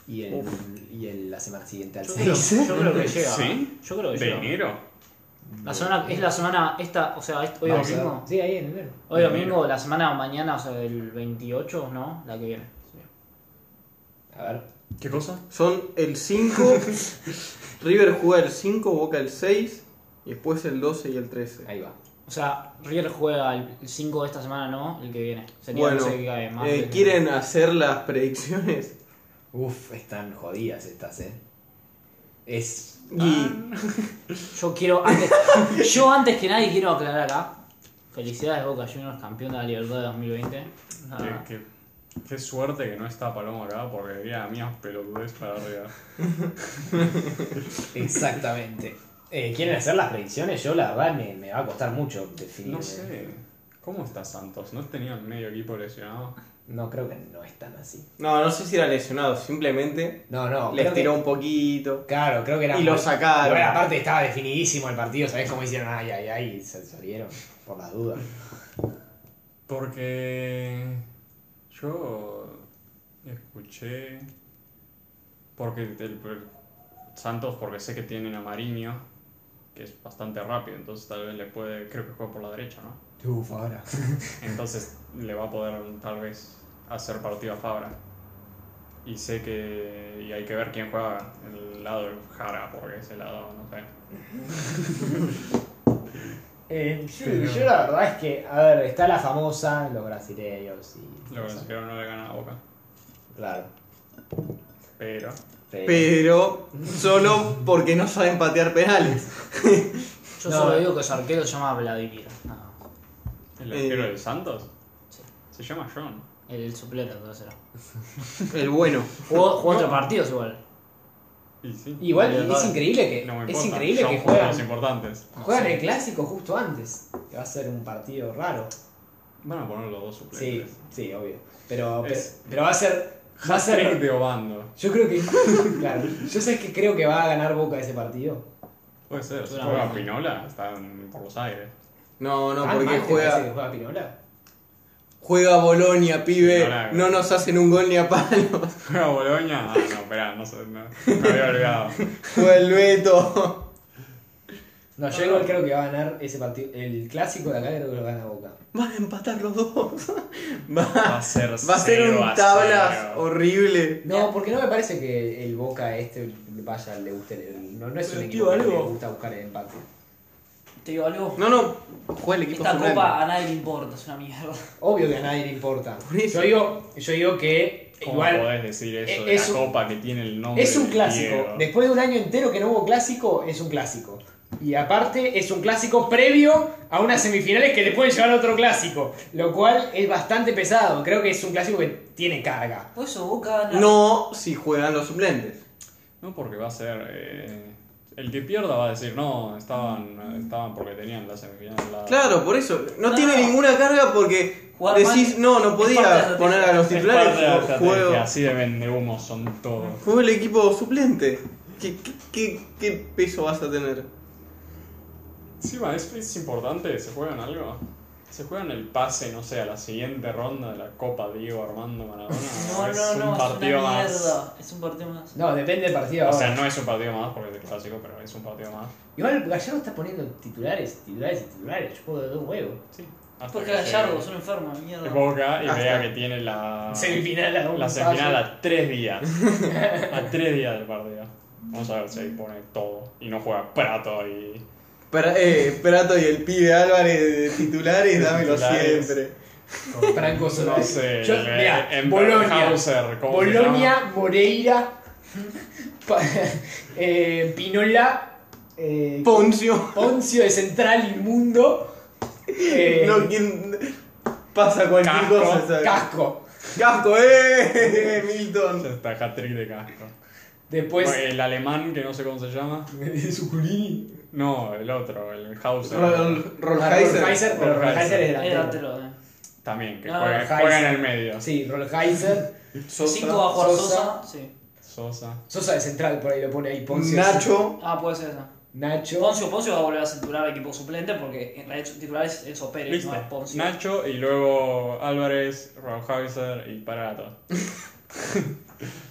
Speaker 1: y, el, y el- la semana siguiente al
Speaker 4: Yo creo,
Speaker 1: 6.
Speaker 4: yo creo que llega.
Speaker 3: ¿Sí?
Speaker 4: Yo creo que
Speaker 3: ¿De
Speaker 4: llega.
Speaker 3: enero?
Speaker 4: La semana, es la semana esta, o sea, est- hoy
Speaker 1: Vamos a ver.
Speaker 4: domingo.
Speaker 1: Sí, ahí en enero.
Speaker 4: Hoy domingo, la semana mañana, o sea, del 28, ¿no? La que viene. Sí.
Speaker 1: A ver.
Speaker 3: ¿Qué cosa?
Speaker 2: Son el 5. River juega el 5, Boca el 6. Y después el 12 y el 13.
Speaker 1: Ahí va.
Speaker 4: O sea, River juega el 5 de esta semana, ¿no? El que viene. Sería
Speaker 2: Bueno,
Speaker 4: no sé qué cae, Ah, más
Speaker 2: eh,
Speaker 4: de-
Speaker 2: ¿quieren hacer las predicciones?
Speaker 1: Uf, están jodidas estas, eh. Es.
Speaker 2: Y
Speaker 4: Yo quiero, antes, [laughs] yo antes que nadie quiero aclarar acá. Felicidades Boca Juniors, campeón de la Libertad de 2020.
Speaker 3: Qué-
Speaker 4: Nada.
Speaker 3: qué- Qué suerte que no está Paloma acá porque diría mías pelotudez para arriba.
Speaker 1: Exactamente. Eh, ¿Quieren hacer las predicciones? Yo, la verdad, me, me va a costar mucho definir.
Speaker 3: No sé. ¿Cómo está Santos? ¿No tenía medio equipo lesionado?
Speaker 1: No, creo que no es tan así.
Speaker 2: no, no sé si era lesionado, simplemente
Speaker 1: No, no.
Speaker 2: les
Speaker 1: creo que-
Speaker 2: tiró un poquito.
Speaker 1: Claro, creo que era.
Speaker 2: Y lo
Speaker 1: muy-
Speaker 2: sacaron.
Speaker 1: Bueno, aparte estaba definidísimo el partido, ¿sabés cómo hicieron? Ay, ay, ay, se salieron por las dudas.
Speaker 3: Porque yo escuché porque el, el- Santos porque sé que tienen a Mariño que es bastante rápido, entonces tal vez le puede, creo que juega por la derecha, ¿no?
Speaker 1: Uf, ahora.
Speaker 3: Entonces le va a poder tal vez hacer partido a Fabra. Y sé que y hay que ver quién juega el lado del Jara, porque ese lado, no sé.
Speaker 1: Eh, yo, yo la verdad es que, a ver, está la famosa, los brasileños y.
Speaker 3: Lo consiguieron no le gana a Boca.
Speaker 1: Claro.
Speaker 3: Pero
Speaker 1: pero-
Speaker 2: Pero solo porque no saben patear penales.
Speaker 4: Yo
Speaker 1: No.
Speaker 4: solo digo que su arquero se llama Vladimir. nada más.
Speaker 3: el
Speaker 2: Eh.
Speaker 3: arquero del Santos
Speaker 4: Sí.
Speaker 3: se llama John.
Speaker 4: El, el suplente, entonces era.
Speaker 2: El bueno.
Speaker 4: Jugó, jugó otros partidos igual.
Speaker 3: Y sí.
Speaker 1: Igual es increíble que.
Speaker 3: No me
Speaker 1: es
Speaker 3: importa.
Speaker 1: increíble
Speaker 3: John
Speaker 1: que
Speaker 3: juega
Speaker 1: juegan.
Speaker 3: los importantes.
Speaker 1: Juegan el clásico justo antes. Que va a ser un partido raro.
Speaker 3: Van a poner los dos
Speaker 1: Sí,
Speaker 3: suplentes.
Speaker 1: sí, obvio. Pero,
Speaker 3: Es-
Speaker 1: pero va a ser. Va a
Speaker 3: Trick
Speaker 1: ser.
Speaker 3: de Obando.
Speaker 1: Yo creo que. [laughs] Claro. Yo sé que creo que va a ganar Boca ese partido.
Speaker 3: Puede ser. Si
Speaker 4: Una
Speaker 3: juega
Speaker 4: buena.
Speaker 3: Pinola, están por los aires. [laughs]
Speaker 2: No, no,
Speaker 1: ¿Tan
Speaker 2: porque
Speaker 1: mal te parece que
Speaker 2: juega,
Speaker 1: juega Pinola?
Speaker 2: juega Bolonia, pibe.
Speaker 3: No, no, no.
Speaker 2: No nos hacen un gol ni a palos.
Speaker 3: Juega Boloña. Ah, no, espera, no sé. No, me había olvidado.
Speaker 2: Juega el Beto.
Speaker 1: No, yo igual creo que va a ganar ese partido. El clásico de acá creo que lo gana Boca.
Speaker 2: Van a empatar los dos.
Speaker 3: Va
Speaker 2: Va,
Speaker 3: a ser,
Speaker 2: va a ser
Speaker 3: cero
Speaker 2: un
Speaker 3: a
Speaker 2: tablas
Speaker 3: cero.
Speaker 2: horrible.
Speaker 1: No, porque no me parece que el Boca este vaya le guste. el- no, no es
Speaker 2: Pero,
Speaker 1: un
Speaker 2: tío,
Speaker 1: equipo que le
Speaker 2: algo.
Speaker 1: gusta buscar el empate.
Speaker 5: Te digo algo.
Speaker 2: No, no, juega el equipo
Speaker 5: Esta
Speaker 2: suplente.
Speaker 5: copa a nadie le importa, es una mierda.
Speaker 1: Obvio que a nadie le importa.
Speaker 2: Por eso.
Speaker 1: Yo digo, yo digo que
Speaker 3: ¿Cómo
Speaker 1: igual
Speaker 3: podés decir eso de
Speaker 1: es
Speaker 3: la
Speaker 1: un-
Speaker 3: copa que tiene el nombre?
Speaker 1: es un
Speaker 3: de
Speaker 1: clásico.
Speaker 3: Diego?
Speaker 1: Después de un año entero que no hubo clásico, es un clásico. Y aparte es un clásico previo a unas semifinales que le pueden llevar a otro clásico. Lo cual es bastante pesado. Creo que es un clásico que tiene carga.
Speaker 5: Por eso Boca gana.
Speaker 2: No si juegan los suplentes.
Speaker 3: No, porque va a ser. eh, el que pierda va a decir, no, estaban, estaban porque tenían la semifinal. la-
Speaker 2: Claro, por eso. No,
Speaker 5: No,
Speaker 2: tiene
Speaker 5: no.
Speaker 2: ninguna carga porque
Speaker 5: Ah. Jugar
Speaker 2: decís,
Speaker 5: mal
Speaker 2: no, no
Speaker 5: es parte de la
Speaker 2: podía poner a los
Speaker 3: Es parte de la
Speaker 2: titulares.
Speaker 3: estrategia,
Speaker 2: Juego,
Speaker 3: así de vende humo son todos.
Speaker 2: juego el equipo suplente. ¿Qué, qué, qué, qué peso vas a tener?
Speaker 3: Encima, es, es importante, ¿se juegan algo? ¿Se juegan el pase, no sé, a la siguiente ronda de la Copa Diego Armando Maradona?
Speaker 5: [laughs] No,
Speaker 3: es
Speaker 5: no,
Speaker 3: un
Speaker 5: no, es una
Speaker 3: partido más.
Speaker 5: mierda. Es un partido más.
Speaker 1: No, depende del partido
Speaker 3: O
Speaker 1: ahora.
Speaker 3: sea, no es un partido más porque es el clásico, pero es un partido más.
Speaker 1: Igual Gallardo está poniendo titulares, titulares y titulares. Yo puedo dar un huevo.
Speaker 3: Sí. hasta
Speaker 5: Porque
Speaker 3: que
Speaker 5: Gallardo es
Speaker 3: llegue
Speaker 5: un enfermo, mierda.
Speaker 3: Boca y
Speaker 2: Hasta-
Speaker 3: vea que tiene la.
Speaker 1: Semifinal a un
Speaker 3: Ah. La semifinal
Speaker 1: paso.
Speaker 3: a tres días. A tres días del partido. Vamos a ver si ahí pone todo. Y no juega Prato y.
Speaker 2: Pra- eh, Prato y el pibe Álvarez de titulares, dámelo
Speaker 3: Titulares.
Speaker 2: siempre.
Speaker 1: [laughs] Franco Solari.
Speaker 3: No sé.
Speaker 1: Yo-
Speaker 3: eh,
Speaker 1: mirá,
Speaker 3: en
Speaker 1: Bolonia.
Speaker 3: Hauser, ¿cómo se llama?
Speaker 1: Bolonia, Moreira, [laughs] Pa- eh, Pinola, eh,
Speaker 2: Poncio.
Speaker 1: Poncio de Central Inmundo, eh,
Speaker 2: No, ¿quién pasa cualquier
Speaker 3: Casco,
Speaker 2: cosa? ¿sabes?
Speaker 1: Casco.
Speaker 2: Casco, eh, [laughs] Milton.
Speaker 3: Está hat-trick de casco.
Speaker 1: Después.
Speaker 3: Bueno, el alemán, que no sé cómo se llama.
Speaker 1: [laughs] Zuculini.
Speaker 3: No, el otro, el Hauser.
Speaker 2: Rol- Rolheiser.
Speaker 1: Rollheiser, Ah, pero Rollheiser es
Speaker 5: Era
Speaker 1: delantero.
Speaker 5: delantero, eh.
Speaker 3: También, que
Speaker 5: No,
Speaker 3: juega,
Speaker 1: Heiser.
Speaker 3: juega en el medio.
Speaker 1: Sí, Rollheiser.
Speaker 5: Cinco va a jugar
Speaker 1: Sosa.
Speaker 5: Sosa. Sí.
Speaker 3: Sosa.
Speaker 1: Sosa de Central, por ahí lo pone ahí. Poncio de
Speaker 2: Nacho.
Speaker 5: Ah, puede ser esa.
Speaker 1: Nacho.
Speaker 5: Poncio, Poncio va a volver a ser titular al equipo suplente porque en realidad titular es Enzo Pérez,
Speaker 3: Listo.
Speaker 5: no es Poncio.
Speaker 3: Nacho y luego Álvarez, Rauhauser y Parato.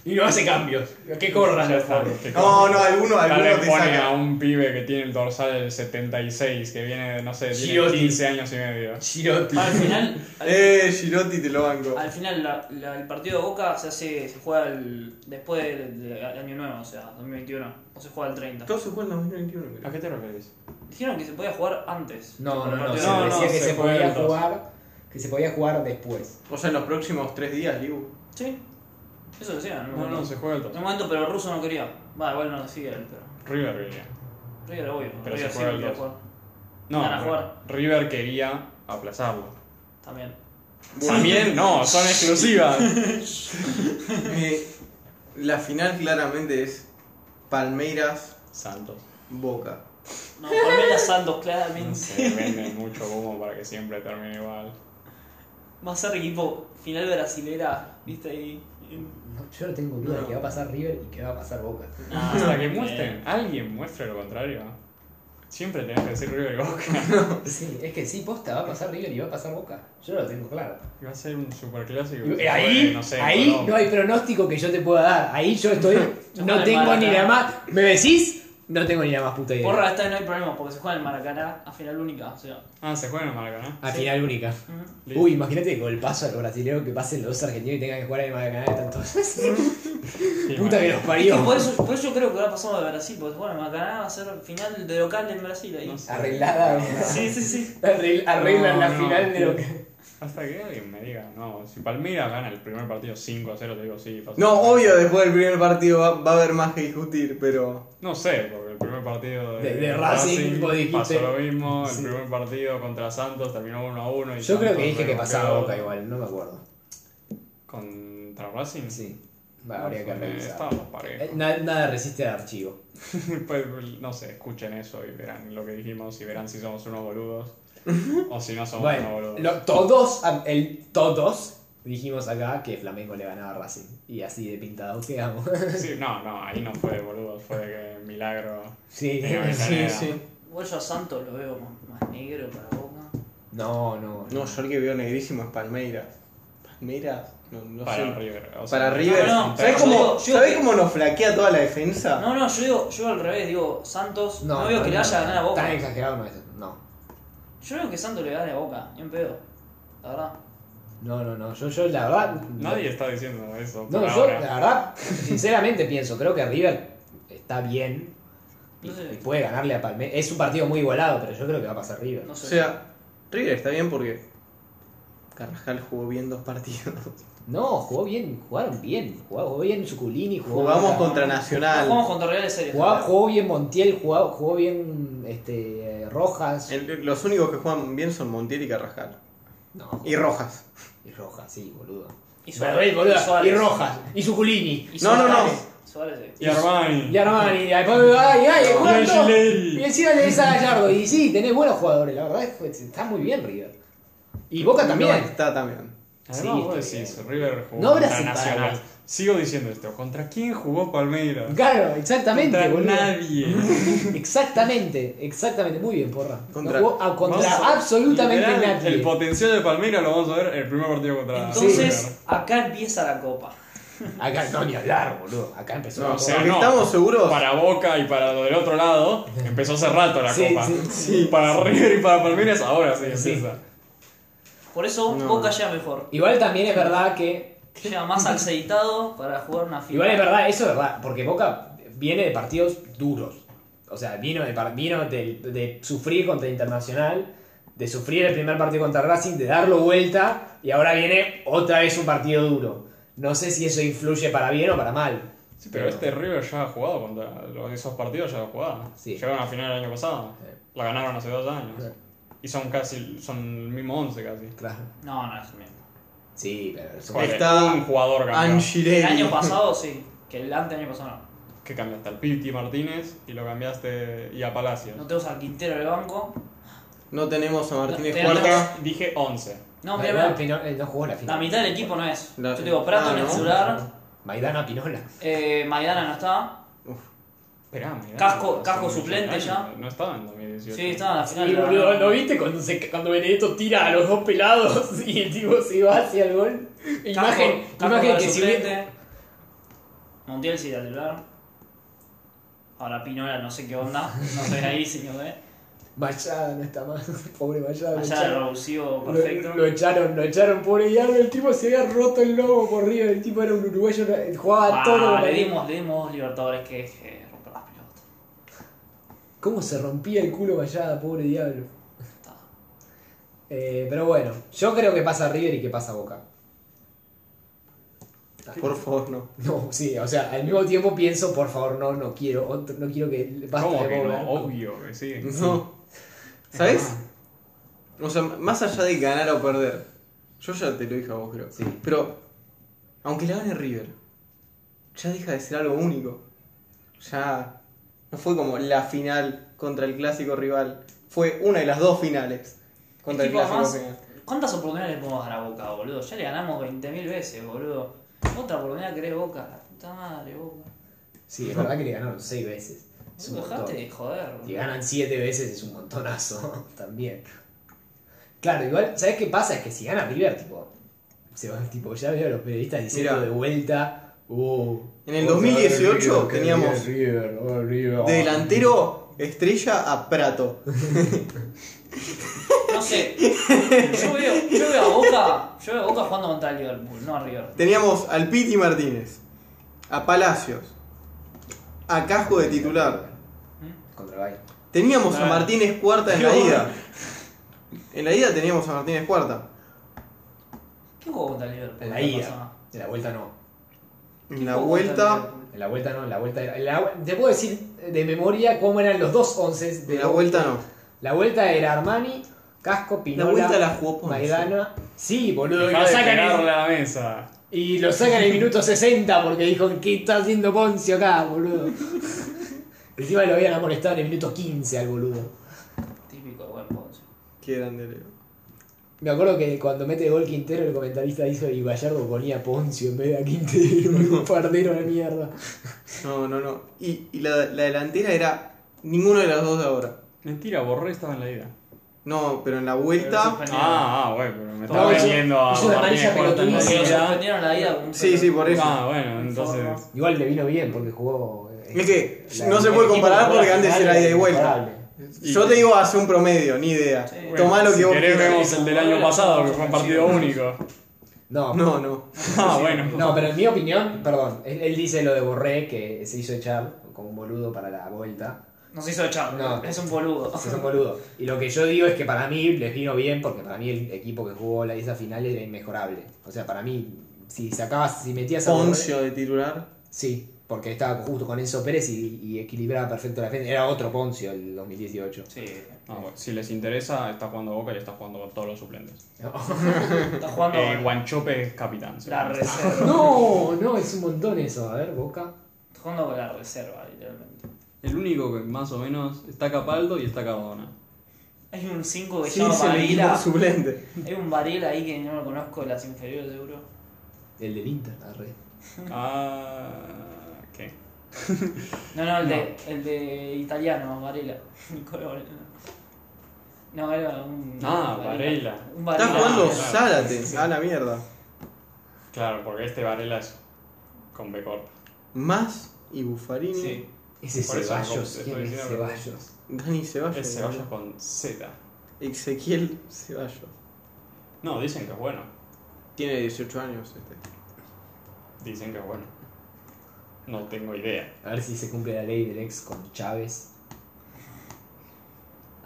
Speaker 1: Y no hace cambios. Que corran
Speaker 3: Ya
Speaker 1: los
Speaker 3: está,
Speaker 1: pobres.
Speaker 3: que
Speaker 2: No,
Speaker 3: corra.
Speaker 2: no, alguno,
Speaker 3: Tal
Speaker 2: alguno
Speaker 3: vez
Speaker 2: te
Speaker 3: pone
Speaker 2: saca.
Speaker 3: a un pibe que tiene el dorsal del 76, que viene, no sé, tiene
Speaker 1: Girotti.
Speaker 3: 15 años y medio.
Speaker 1: Girotti.
Speaker 5: Ah, Al final,
Speaker 3: [laughs]
Speaker 5: al,
Speaker 2: Eh, Girotti te lo banco.
Speaker 5: al final la- la- el partido de Boca se hace, se juega el, después del, del año nuevo, o sea, 2021, o se juega el 30.
Speaker 2: Todo se juega en 2021, creo.
Speaker 3: ¿A qué te refieres?
Speaker 5: Dijeron que se podía jugar antes.
Speaker 1: No, no,
Speaker 5: Tipo, el
Speaker 1: no.
Speaker 5: partido
Speaker 1: Se
Speaker 3: No,
Speaker 5: de-
Speaker 1: decía que
Speaker 3: se
Speaker 1: se
Speaker 3: juega
Speaker 1: podía
Speaker 3: el dos.
Speaker 1: jugar. Que se podía jugar después.
Speaker 2: O sea, en los próximos tres días, Liu.
Speaker 5: Sí, eso decían.
Speaker 3: No, no, se juega el
Speaker 5: En
Speaker 3: 2.
Speaker 5: un momento, pero el ruso no quería. Va, igual no decía él, pero.
Speaker 3: River quería.
Speaker 5: River, obvio.
Speaker 3: Pero
Speaker 5: River
Speaker 3: se
Speaker 5: sí
Speaker 3: juega
Speaker 5: no
Speaker 3: el
Speaker 5: quería
Speaker 3: dos.
Speaker 5: jugar.
Speaker 3: No,
Speaker 5: Van a jugar.
Speaker 3: River quería aplazarlo.
Speaker 5: También.
Speaker 3: También, no, son exclusivas.
Speaker 2: Eh, la final claramente es Palmeiras
Speaker 3: Santos.
Speaker 2: Boca.
Speaker 5: No, Palmeiras Santos,
Speaker 3: No
Speaker 5: claramente.
Speaker 3: sé, venden mucho humo para que siempre termine igual.
Speaker 5: Va a ser equipo final brasilera, viste ahí.
Speaker 1: No, yo no tengo duda de
Speaker 2: No.
Speaker 1: que va a pasar River y que va a pasar [laughs] Boca.
Speaker 3: Hasta que muestren, alguien muestre lo contrario. Siempre tenés que decir River y Boca.
Speaker 1: Sí, es que sí, posta, va a pasar River y va a pasar Boca. Yo lo tengo claro.
Speaker 3: Va a ser un superclásico.
Speaker 1: Eh,
Speaker 3: que se
Speaker 1: Ahí,
Speaker 3: juegue, no sé, en
Speaker 1: ahí
Speaker 3: Colombia.
Speaker 1: no hay pronóstico que yo te pueda dar. Ahí yo estoy. [laughs] No
Speaker 5: Mal,
Speaker 1: tengo
Speaker 5: mal,
Speaker 1: ni
Speaker 5: mal.
Speaker 1: la más. ¿Me decís? No tengo ni la más puta idea.
Speaker 5: Porra, esta vez no hay problema porque se juega en Maracaná a final única. O sea,
Speaker 3: Ah, se juega en el Maracaná.
Speaker 1: A final única.
Speaker 5: ujú.
Speaker 3: Listo.
Speaker 1: Uy, imagínate con el paso a los brasileños que pasen los argentinos y tengan que jugar en el Maracaná de [laughs] tantos.
Speaker 3: Sí,
Speaker 1: puta que los
Speaker 3: bueno.
Speaker 5: Es que
Speaker 1: parió.
Speaker 5: por, eso, por eso yo creo que ahora pasamos de Brasil, porque se juega en Maracaná va a ser final de local en Brasil ahí.
Speaker 3: No sé.
Speaker 1: Arreglada. [laughs]
Speaker 5: Sí, sí, sí.
Speaker 1: Arregl- Arreglan
Speaker 3: No,
Speaker 1: la
Speaker 3: no,
Speaker 1: final de lo que.
Speaker 3: Hasta que alguien me diga, no, si Palmeiras gana el primer partido 5 a 0, te digo sí. pasa.
Speaker 2: No, obvio, después del primer partido va, va a haber más que discutir, pero.
Speaker 3: No sé, porque el primer partido de,
Speaker 1: De- de Racing, vos dijiste.
Speaker 3: pasó lo mismo.
Speaker 1: Sí.
Speaker 3: El primer partido contra Santos terminó 1 a 1. y
Speaker 1: Yo creo
Speaker 3: Santos
Speaker 1: que dije que
Speaker 3: remontó
Speaker 1: pasaba Boca igual, no me acuerdo.
Speaker 3: ¿Contra Racing?
Speaker 1: Sí.
Speaker 3: No,
Speaker 1: Va, habría que
Speaker 3: fue-
Speaker 1: revisar.
Speaker 3: Estábamos parejos.
Speaker 1: Eh, na- nada resiste al archivo.
Speaker 3: [laughs] Pues, no sé, escuchen eso y verán lo que dijimos y verán si somos unos
Speaker 1: [laughs]
Speaker 3: boludos o si no somos unos
Speaker 1: Bueno,
Speaker 3: boludos.
Speaker 1: lo- todos, el, todos dijimos acá que Flamengo le ganaba a Racing. Y así de pintado quedamos. [laughs]
Speaker 3: Sí, no, no, ahí no fue de boludos, fue de que milagro.
Speaker 1: sí,
Speaker 3: Eh, Sí, sí.
Speaker 5: Igual yo a Santos lo veo más, más negro para Boca.
Speaker 1: No, no.
Speaker 2: No, yo el que veo negrísimo es Palmeiras. miras. No, no
Speaker 3: para
Speaker 2: sé.
Speaker 3: River. o sea,
Speaker 2: Para River.
Speaker 5: No, no,
Speaker 2: ¿Sabés
Speaker 5: yo
Speaker 2: cómo,
Speaker 5: digo- yo digo
Speaker 2: sabés
Speaker 5: que-
Speaker 2: cómo nos flaquea toda la defensa?
Speaker 5: No, no, yo digo, yo al revés, digo, Santos, no, veo que le
Speaker 1: no,
Speaker 5: haya ganado a
Speaker 1: Tan
Speaker 5: Boca.
Speaker 1: exagerado no es. No.
Speaker 5: Yo veo que Santos le gane a Boca, ni un pedo. La verdad.
Speaker 1: No, no, no. Yo, yo la verdad.
Speaker 3: Nadie está diciendo eso.
Speaker 1: No,
Speaker 3: por
Speaker 1: yo
Speaker 3: ahora.
Speaker 1: la verdad, sinceramente pienso, creo que River está bien y,
Speaker 5: No sé.
Speaker 1: y puede ganarle a Palmeiras. Es un partido muy igualado, pero yo creo que va a pasar River.
Speaker 5: No
Speaker 2: O
Speaker 5: sé.
Speaker 2: sea, River está bien porque Carrascal jugó bien dos partidos.
Speaker 1: No, jugó bien, jugaron bien. Jugó, jugó bien Zuculini, jugó
Speaker 2: Jugamos
Speaker 1: bien-
Speaker 2: contra
Speaker 5: No
Speaker 2: Nacional.
Speaker 5: jugamos contra Real en serio.
Speaker 1: jugó, jugó bien Montiel, jugó, jugó bien este, eh, Rojas.
Speaker 2: El- los únicos que juegan bien son Montiel y Carrascal.
Speaker 1: No,
Speaker 2: Y Rojas.
Speaker 1: y Rojas, sí, boludo.
Speaker 5: Y
Speaker 1: Verdel, boludo,
Speaker 5: Suárez.
Speaker 1: y Rojas, y Zuculini.
Speaker 5: Y
Speaker 2: No, no, no.
Speaker 5: Suárez. Suárez, sí.
Speaker 3: Y Armani.
Speaker 1: Y Armani, y después me va, ay, ay,
Speaker 3: Y
Speaker 1: juegan todos.
Speaker 3: Angeleri.
Speaker 1: Y encima le des a Gallardo. Y sí, tenés buenos jugadores, la verdad, es que está muy bien River. Y Boca
Speaker 2: No
Speaker 1: también.
Speaker 2: está también.
Speaker 3: Además,
Speaker 1: Sí,
Speaker 3: vos
Speaker 1: está
Speaker 3: decís,
Speaker 1: bien.
Speaker 3: River jugó
Speaker 1: No habrá
Speaker 3: contra
Speaker 1: separado.
Speaker 3: Nacional. Sigo diciendo esto. ¿Contra quién jugó Palmeiras?
Speaker 1: Claro, exactamente,
Speaker 3: Contra
Speaker 1: boludo.
Speaker 3: nadie.
Speaker 1: [laughs] Exactamente, exactamente, muy bien, porra. No
Speaker 2: Contra-
Speaker 1: jugó a- contra
Speaker 3: Vamos a-
Speaker 1: absolutamente
Speaker 3: literal,
Speaker 1: nadie.
Speaker 3: El potencial de Palmeiras lo vamos a ver el primer partido
Speaker 1: Ah,
Speaker 3: contra
Speaker 5: Entonces,
Speaker 3: River.
Speaker 5: acá empieza la copa.
Speaker 1: Acá no ni hablar, boludo. Acá empezó
Speaker 3: No,
Speaker 1: la
Speaker 3: o sea,
Speaker 2: Porque
Speaker 3: no.
Speaker 2: estamos seguros.
Speaker 3: Para Boca y para lo del otro lado, empezó hace rato la
Speaker 1: Sí,
Speaker 3: copa.
Speaker 1: sí,
Speaker 3: para River y para Palmeiras, ahora sí,
Speaker 1: Sí.
Speaker 3: empieza.
Speaker 5: Por eso
Speaker 2: No.
Speaker 5: Boca llega mejor.
Speaker 1: Igual también es verdad que. [laughs]
Speaker 5: Llega más aceitado para jugar una final.
Speaker 1: Igual es verdad, eso es verdad. Porque Boca viene de partidos duros. O sea, vino de, par- vino del- de, sufrir contra Internacional, de sufrir el primer partido contra Racing, de darlo vuelta. Y ahora viene otra vez un partido duro. No sé si eso influye para bien o para mal.
Speaker 3: Sí, pero este River ya ha jugado contra los- esos partidos, ya ha jugado.
Speaker 1: Sí.
Speaker 3: Llegaron a final el año pasado.
Speaker 1: Sí.
Speaker 3: La ganaron hace dos años.
Speaker 1: Sí.
Speaker 3: Y son casi, son el mismo once casi.
Speaker 1: Claro.
Speaker 5: No, no es el mismo.
Speaker 1: Sí, pero. es un-
Speaker 3: Joder,
Speaker 2: Está
Speaker 3: un jugador cambió.
Speaker 2: Angileri.
Speaker 5: El año pasado sí, que el ante año pasado no.
Speaker 3: Que cambiaste al Piti Martínez y lo cambiaste y a Palacios.
Speaker 5: No tenemos al Quintero del banco.
Speaker 2: No tenemos a Martínez
Speaker 5: No,
Speaker 2: Cuarta.
Speaker 5: tenemos-
Speaker 3: Dije 11.
Speaker 5: No,
Speaker 1: Maidana
Speaker 5: mira, mira,
Speaker 1: Pino- eh, no jugó la
Speaker 5: la
Speaker 1: final.
Speaker 5: mitad del equipo no es.
Speaker 2: La-
Speaker 5: Yo te digo, Prato
Speaker 2: Ah,
Speaker 5: en el
Speaker 2: ¿no?
Speaker 5: celular,
Speaker 1: Maidana Pinola.
Speaker 5: eh, Maidana no está.
Speaker 3: Esperá, mirá,
Speaker 5: Casco-
Speaker 3: hace
Speaker 5: casco
Speaker 3: muchos
Speaker 5: suplente
Speaker 3: años.
Speaker 5: ya.
Speaker 3: No estaba en 2018.
Speaker 5: Sí, estaba en la final.
Speaker 1: Sí,
Speaker 5: la
Speaker 1: boludo,
Speaker 5: ganó.
Speaker 1: ¿no viste cuando, se, cuando Benedetto tira a los dos pelados [laughs] y el tipo se va hacia el gol?
Speaker 5: Casco-
Speaker 1: Imagen,
Speaker 5: Casco
Speaker 1: imagen
Speaker 5: para
Speaker 1: que si bien-
Speaker 5: suplente. Montiel sí, del celular. Ahora Pinola, no sé
Speaker 1: [laughs]
Speaker 5: qué onda. No estoy ahí, señor. eh.
Speaker 1: Machado no está más, [laughs] pobre Machado. lo
Speaker 5: Allá el
Speaker 1: echaron.
Speaker 5: reducido
Speaker 1: Lo,
Speaker 5: perfecto.
Speaker 1: lo echaron, lo echaron, pobre diablo, el tipo se había roto el lobo por arriba, el tipo era un uruguayo, jugaba
Speaker 5: Ah,
Speaker 1: todo.
Speaker 5: le dimos, le dimos dos libertadores que, que romper las pelotas.
Speaker 1: ¿Cómo se rompía el culo Machado, pobre diablo?
Speaker 5: Está.
Speaker 1: Eh, pero bueno, yo creo que pasa River y que pasa Boca.
Speaker 2: Por favor, no.
Speaker 1: No, sí, o sea, al mismo tiempo pienso, por favor, no, no quiero, otro- no quiero que basta
Speaker 3: ¿Cómo
Speaker 1: de
Speaker 3: que
Speaker 1: Boca.
Speaker 3: no? Obvio que sí.
Speaker 2: No. ¿Sabes? O sea, más allá de ganar o perder. Yo ya te lo dije a vos, creo.
Speaker 1: Sí.
Speaker 2: Pero, aunque le gane River, ya deja de ser algo único. Ya no fue como la final contra el clásico rival. Fue una de las dos finales contra el
Speaker 5: Tipo,
Speaker 2: clásico
Speaker 5: además,
Speaker 2: rival.
Speaker 5: ¿Cuántas oportunidades le podemos dar a Boca, boludo? Ya le ganamos 20.000 veces, boludo. Otra oportunidad que querés Boca, la puta madre, Boca.
Speaker 1: Sí, es verdad que le ganaron seis veces. Es un
Speaker 5: Boludo, dejate
Speaker 1: montón.
Speaker 5: de joder, boludo.
Speaker 1: Que ganan siete veces es un montonazo [laughs] también. Claro, igual, ¿sabes qué pasa? Es que si gana River, tipo, se van, tipo, ya veo a los periodistas diciendo
Speaker 2: Mirá.
Speaker 1: de vuelta. "Uh,
Speaker 2: En el
Speaker 1: otra vez
Speaker 2: 2018
Speaker 1: River, que
Speaker 2: teníamos
Speaker 1: River, oh, River, oh".
Speaker 2: De delantero, estrella a Prato.
Speaker 5: No sé. Yo veo, yo veo a Boca. Yo veo a Boca jugando contra el Liverpool, no a River.
Speaker 2: Teníamos al Piti Martínez, a Palacios, a Casco de titular.
Speaker 1: Contra Bayern.
Speaker 2: Teníamos a
Speaker 3: Claro.
Speaker 2: Martínez Cuarta en
Speaker 3: [laughs]
Speaker 2: la
Speaker 3: Pero-
Speaker 2: ida. En la ida teníamos a Martínez Cuarta.
Speaker 5: ¿Qué jugó contra el Liverpool?
Speaker 1: En la ida. En la vuelta no.
Speaker 2: En la vuelta,
Speaker 1: En la vuelta no, en la vuelta. era- en la- te puedo decir de memoria cómo eran los dos once. de
Speaker 2: en la vuelta no.
Speaker 1: La vuelta era Armani, Casco, Pinola.
Speaker 2: vuelta la jugó Ponce.
Speaker 1: Maidana. Sí, boludo. Y
Speaker 3: Dejá
Speaker 1: lo,
Speaker 3: de
Speaker 1: sacan
Speaker 3: pegarle
Speaker 1: en,
Speaker 3: a la mesa.
Speaker 1: y lo sacan en el [laughs] minuto 60 porque dijo, ¿qué está haciendo Poncio acá, boludo? Encima lo habían molestado en el minuto 15 al boludo.
Speaker 5: Típico, buen Ponce.
Speaker 2: Qué grande, Leo.
Speaker 1: Me acuerdo que cuando mete gol Quintero el comentarista dijo y Gallardo ponía Poncio en vez de a Quintero,
Speaker 2: [laughs]
Speaker 1: un pardero de mierda.
Speaker 2: No, no, no. Y, y la, la delantera era ninguno de las dos de ahora.
Speaker 3: Mentira, Borré estaba en la ida.
Speaker 2: No, pero en la vuelta.
Speaker 5: Pero
Speaker 3: Ah, ah, bueno, pero me
Speaker 1: No,
Speaker 3: está
Speaker 1: es un-
Speaker 3: vendiendo a
Speaker 1: es una
Speaker 3: Martínez
Speaker 1: amarilla
Speaker 3: Cuarta en la
Speaker 5: Porque
Speaker 1: pelotudísima.
Speaker 5: lo
Speaker 3: vida.
Speaker 5: suspendieron la vida. un
Speaker 2: Sí, sí,
Speaker 5: pelotudo.
Speaker 2: por eso.
Speaker 3: Ah, bueno,
Speaker 5: Forma.
Speaker 3: entonces.
Speaker 1: Igual le vino bien porque jugó. eh,
Speaker 2: Es que
Speaker 1: la-
Speaker 2: no se
Speaker 1: el
Speaker 2: puede
Speaker 1: equipo
Speaker 2: comparar
Speaker 1: que jugó
Speaker 2: porque
Speaker 1: la
Speaker 2: antes
Speaker 1: final
Speaker 2: era ida y vuelta.
Speaker 1: incomparable.
Speaker 2: Yo te digo hace un promedio, ni idea.
Speaker 5: Sí.
Speaker 2: Tomá lo que
Speaker 3: si
Speaker 2: vos
Speaker 3: querés
Speaker 2: quieras.
Speaker 3: vemos el del año pasado, que fue un
Speaker 2: [laughs]
Speaker 3: partido único.
Speaker 1: No,
Speaker 2: No, no.
Speaker 3: Ah, bueno.
Speaker 1: No, pero en mi opinión, perdón, él, él dice lo de Borré que se hizo echar como un boludo para la vuelta.
Speaker 5: Nos hizo echar.
Speaker 1: No.
Speaker 5: Es un boludo.
Speaker 1: Se hizo un boludo. Y lo que yo digo es que para mí les vino bien porque para mí el equipo que jugó la, esa final era inmejorable. O sea, para mí, si sacabas, si metías a Borré-
Speaker 2: Poncio de titular.
Speaker 1: Sí, porque estaba justo con Enzo Pérez y, y equilibraba perfecto la defensa. Era otro Poncio el 2018.
Speaker 5: Sí.
Speaker 3: Ah, bueno, Si les interesa, está jugando Boca y está jugando con todos los suplentes.
Speaker 5: Está
Speaker 2: Ah,
Speaker 5: jugando
Speaker 3: Eh, Guanchope es capitán.
Speaker 5: la
Speaker 3: seguramente.
Speaker 1: [laughs]
Speaker 5: reserva.
Speaker 1: No, no, es un montón eso. A ver, Boca.
Speaker 5: Está jugando con la reserva, literalmente.
Speaker 3: El único que más o menos está Capaldo y está Cardona.
Speaker 5: Hay un 5 que se
Speaker 2: Sí,
Speaker 5: llama
Speaker 2: se le quitó
Speaker 5: Varela.
Speaker 2: el suplente.
Speaker 5: Hay un Varela ahí que no lo conozco, de las inferiores seguro.
Speaker 1: El del Inter, arre.
Speaker 3: Ah. ¿Qué?
Speaker 5: No, no, el, De, el de italiano, Varela. [laughs] Nicolò Varela. No, era un.
Speaker 3: Ah, Varela.
Speaker 5: Un
Speaker 2: Está
Speaker 5: Varela.
Speaker 2: jugando
Speaker 3: claro.
Speaker 2: Zárate. A la mierda.
Speaker 3: Claro, porque este Varela es con B corta.
Speaker 2: Más y Buffarini.
Speaker 5: Sí.
Speaker 1: Ese
Speaker 3: Por eso,
Speaker 1: Ceballos.
Speaker 3: estoy
Speaker 1: ¿Quién es
Speaker 3: diciendo que-
Speaker 1: Ceballos?
Speaker 2: Dani Ceballos.
Speaker 3: Es Ceballos con Z.
Speaker 2: Ezequiel Ceballos.
Speaker 3: No, dicen que es bueno.
Speaker 2: Tiene 18 años este.
Speaker 3: Dicen que es bueno. No tengo idea.
Speaker 1: A ver si se cumple la ley del ex con Chávez.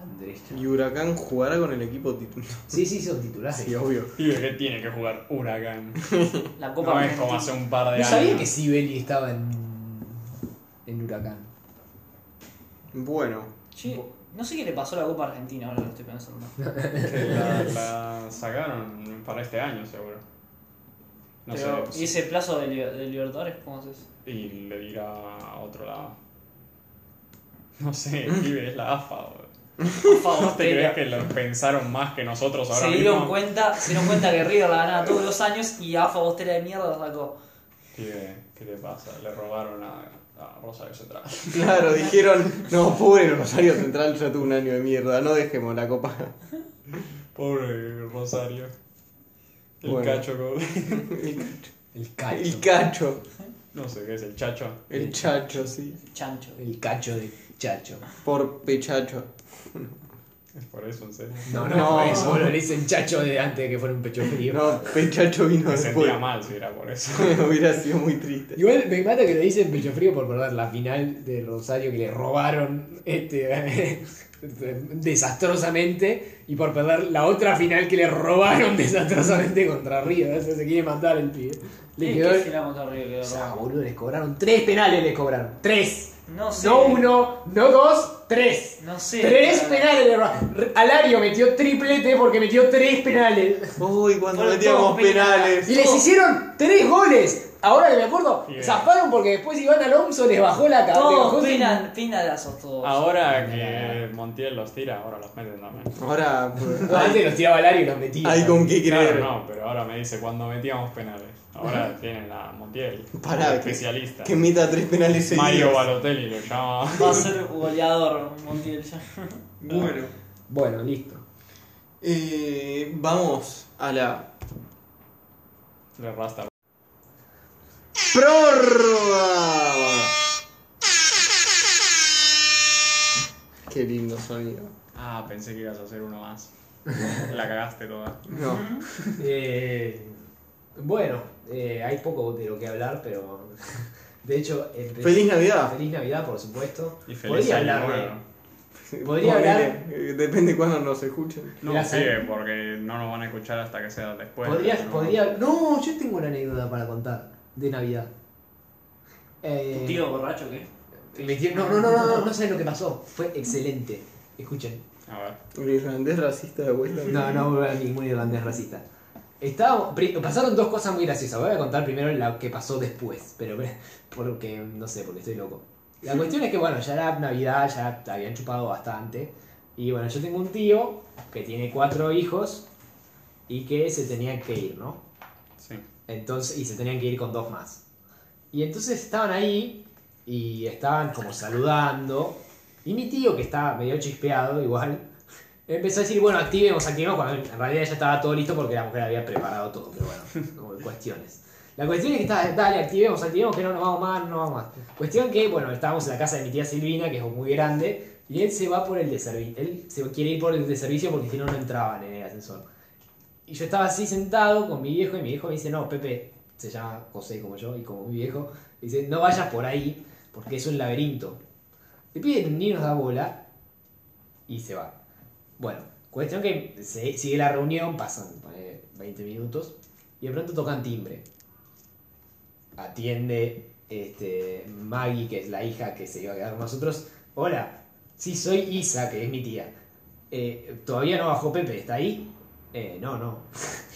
Speaker 1: Andrés Chávez.
Speaker 2: Y Huracán jugará con el equipo titular.
Speaker 1: Sí, sí, son titulares.
Speaker 2: Sí, obvio.
Speaker 3: Y que tiene que jugar Huracán.
Speaker 5: La Copa
Speaker 3: No es
Speaker 5: Argentina.
Speaker 3: como hace un par de
Speaker 1: no
Speaker 3: años.
Speaker 1: sabía que Sibeli estaba en. en Huracán.
Speaker 2: Bueno.
Speaker 5: Che, no sé qué le pasó a la Copa Argentina, ahora lo estoy pensando.
Speaker 3: Que la,
Speaker 5: [laughs]
Speaker 3: la sacaron para este año, seguro. No
Speaker 5: Pero,
Speaker 3: sé.
Speaker 5: ¿Y ese plazo de, li- de Libertadores cómo se hace?
Speaker 3: Y le dirá a otro lado. No sé,
Speaker 5: [laughs]
Speaker 3: el pibe, es la AFA, boludo.
Speaker 5: [laughs] Por favor,
Speaker 3: ¿Vos te crees
Speaker 5: pero-
Speaker 3: que lo pensaron más que nosotros ahora
Speaker 5: se
Speaker 3: mismo?
Speaker 5: dieron cuenta, se dieron cuenta que River la ganaba todos los años y AFA Bostera de mierda la sacó.
Speaker 3: Pibe, ¿qué te pasa? Le robaron a, a Rosario Central. [laughs]
Speaker 2: Claro, dijeron, no, pobre Rosario Central ya tuvo un año de mierda, no dejemos la copa.
Speaker 3: Pobre Rosario. El
Speaker 2: Bueno.
Speaker 3: cacho. con-
Speaker 1: El cacho.
Speaker 2: El
Speaker 1: El,
Speaker 2: cacho,
Speaker 3: [laughs] No sé qué es, el chacho.
Speaker 2: el chacho, sí.
Speaker 5: Chancho.
Speaker 1: cacho de Chacho.
Speaker 2: Por pechacho.
Speaker 3: Es por eso, en serio.
Speaker 1: No, no,
Speaker 2: No.
Speaker 1: por eso le dicen chacho de antes de que fuera un pecho frío.
Speaker 2: No, pechacho vino
Speaker 3: Me
Speaker 2: después.
Speaker 3: sentía mal si era por eso.
Speaker 2: Hubiera sido muy triste.
Speaker 1: Igual me mata que le dicen pecho frío por perder la final de Rosario que le robaron este [laughs] desastrosamente y por perder la otra final que le robaron [laughs] desastrosamente contra Río. Eso se quiere matar el pibe. Le
Speaker 5: Eh,
Speaker 1: quedó.
Speaker 5: ¿qué final contra River quedó?
Speaker 1: O sea, boludo, les cobraron tres penales, les cobraron. Tres.
Speaker 5: No sé.
Speaker 1: No uno, no dos, tres.
Speaker 5: No sé.
Speaker 1: Tres
Speaker 5: Claro.
Speaker 1: penales le robaron. Alario metió triplete porque metió tres penales.
Speaker 2: Uy, cuando
Speaker 5: Fueron
Speaker 2: metíamos
Speaker 5: todos penales.
Speaker 2: penales.
Speaker 1: Y les hicieron tres goles. Ahora que me acuerdo,
Speaker 3: Bien.
Speaker 1: zafaron porque después Iván Alonso les bajó la cabeza.
Speaker 5: Todos pinan, pinalazos todos.
Speaker 3: Ahora que Montiel los tira, ahora los meten también. [laughs]
Speaker 2: Ahora, pues,
Speaker 1: Antes los tiraba Alario y los metía.
Speaker 2: hay con qué
Speaker 3: Claro,
Speaker 2: creer.
Speaker 3: no, pero ahora me dice cuando metíamos penales.
Speaker 1: [laughs]
Speaker 3: Ahora tienen a Montiel,
Speaker 2: Pará,
Speaker 3: el
Speaker 2: que-
Speaker 3: especialista.
Speaker 2: Que meta tres penales
Speaker 3: Mario
Speaker 2: seguidos.
Speaker 3: Balotelli lo llama.
Speaker 5: Va a ser goleador Montiel ya.
Speaker 2: Bueno,
Speaker 1: Bueno, listo.
Speaker 2: eh, vamos a la
Speaker 3: Le rasta.
Speaker 2: prórroga. Qué lindo sonido.
Speaker 3: Ah, pensé que ibas a hacer
Speaker 1: [laughs]
Speaker 3: uno más. La cagaste toda.
Speaker 2: No.
Speaker 1: Eh, bueno, eh, hay poco de lo que hablar, pero. [laughs] De hecho, empecé-
Speaker 2: Feliz Navidad.
Speaker 1: Feliz Navidad, por supuesto.
Speaker 3: Y feliz
Speaker 1: Podría
Speaker 3: año
Speaker 1: hablar de-
Speaker 3: nuevo.
Speaker 1: Podría hablar-
Speaker 2: eh, Depende cuándo nos escuchen.
Speaker 3: No,
Speaker 1: la-
Speaker 3: sí, porque no nos van a escuchar hasta que sea después.
Speaker 1: Podría,
Speaker 3: ¿no?
Speaker 1: podría- No, yo tengo una anécdota para contar de Navidad. Eh,
Speaker 5: ¿Tu tío borracho qué?
Speaker 1: mi tío- No, no, no, no, no, no sabes lo que pasó. Fue excelente. Escuchen.
Speaker 3: A ver.
Speaker 2: El irlandés racista de vuelta.
Speaker 1: No, no hubo ningún irlandés racista. Estábamos- pri- pasaron dos cosas muy graciosas. Voy a contar primero la que pasó después, pero porque no sé, porque estoy loco. La cuestión es que, bueno, ya era Navidad, ya habían chupado bastante. Y bueno, yo tengo un tío que tiene cuatro hijos y que se tenía que ir, ¿no?
Speaker 3: Sí.
Speaker 1: Entonces, y se tenían que ir con dos más. Y entonces estaban ahí y estaban como saludando. Y mi tío, que estaba medio chispeado igual, [laughs] Empezó a decir, bueno, activemos, activemos, cuando en realidad ya estaba todo listo porque la mujer había preparado todo, pero bueno, como que cuestiones. La cuestión es que estaba, dale, activemos, activemos, que no nos vamos más, no nos vamos más. Cuestión que, bueno, estábamos en la casa de mi tía Silvina, que es muy grande, y él se va por el de servicio, él se quiere ir por el de servicio porque si no, no entraban en el ascensor. Y yo estaba así sentado con mi viejo, y mi viejo me dice, no, Pepe, se llama José como yo, y como mi viejo, dice, no vayas por ahí, porque es un laberinto. El pibe ni nos da bola, y se va. Bueno, cuestión que se- sigue la reunión, pasan ponele, 20 minutos y de pronto tocan timbre. Atiende este, Maggie, que es la hija que se iba a quedar con nosotros. Hola, sí, soy Isa, que es mi tía. "Eh, Todavía no bajó Pepe, ¿está ahí? "Eh, no, no.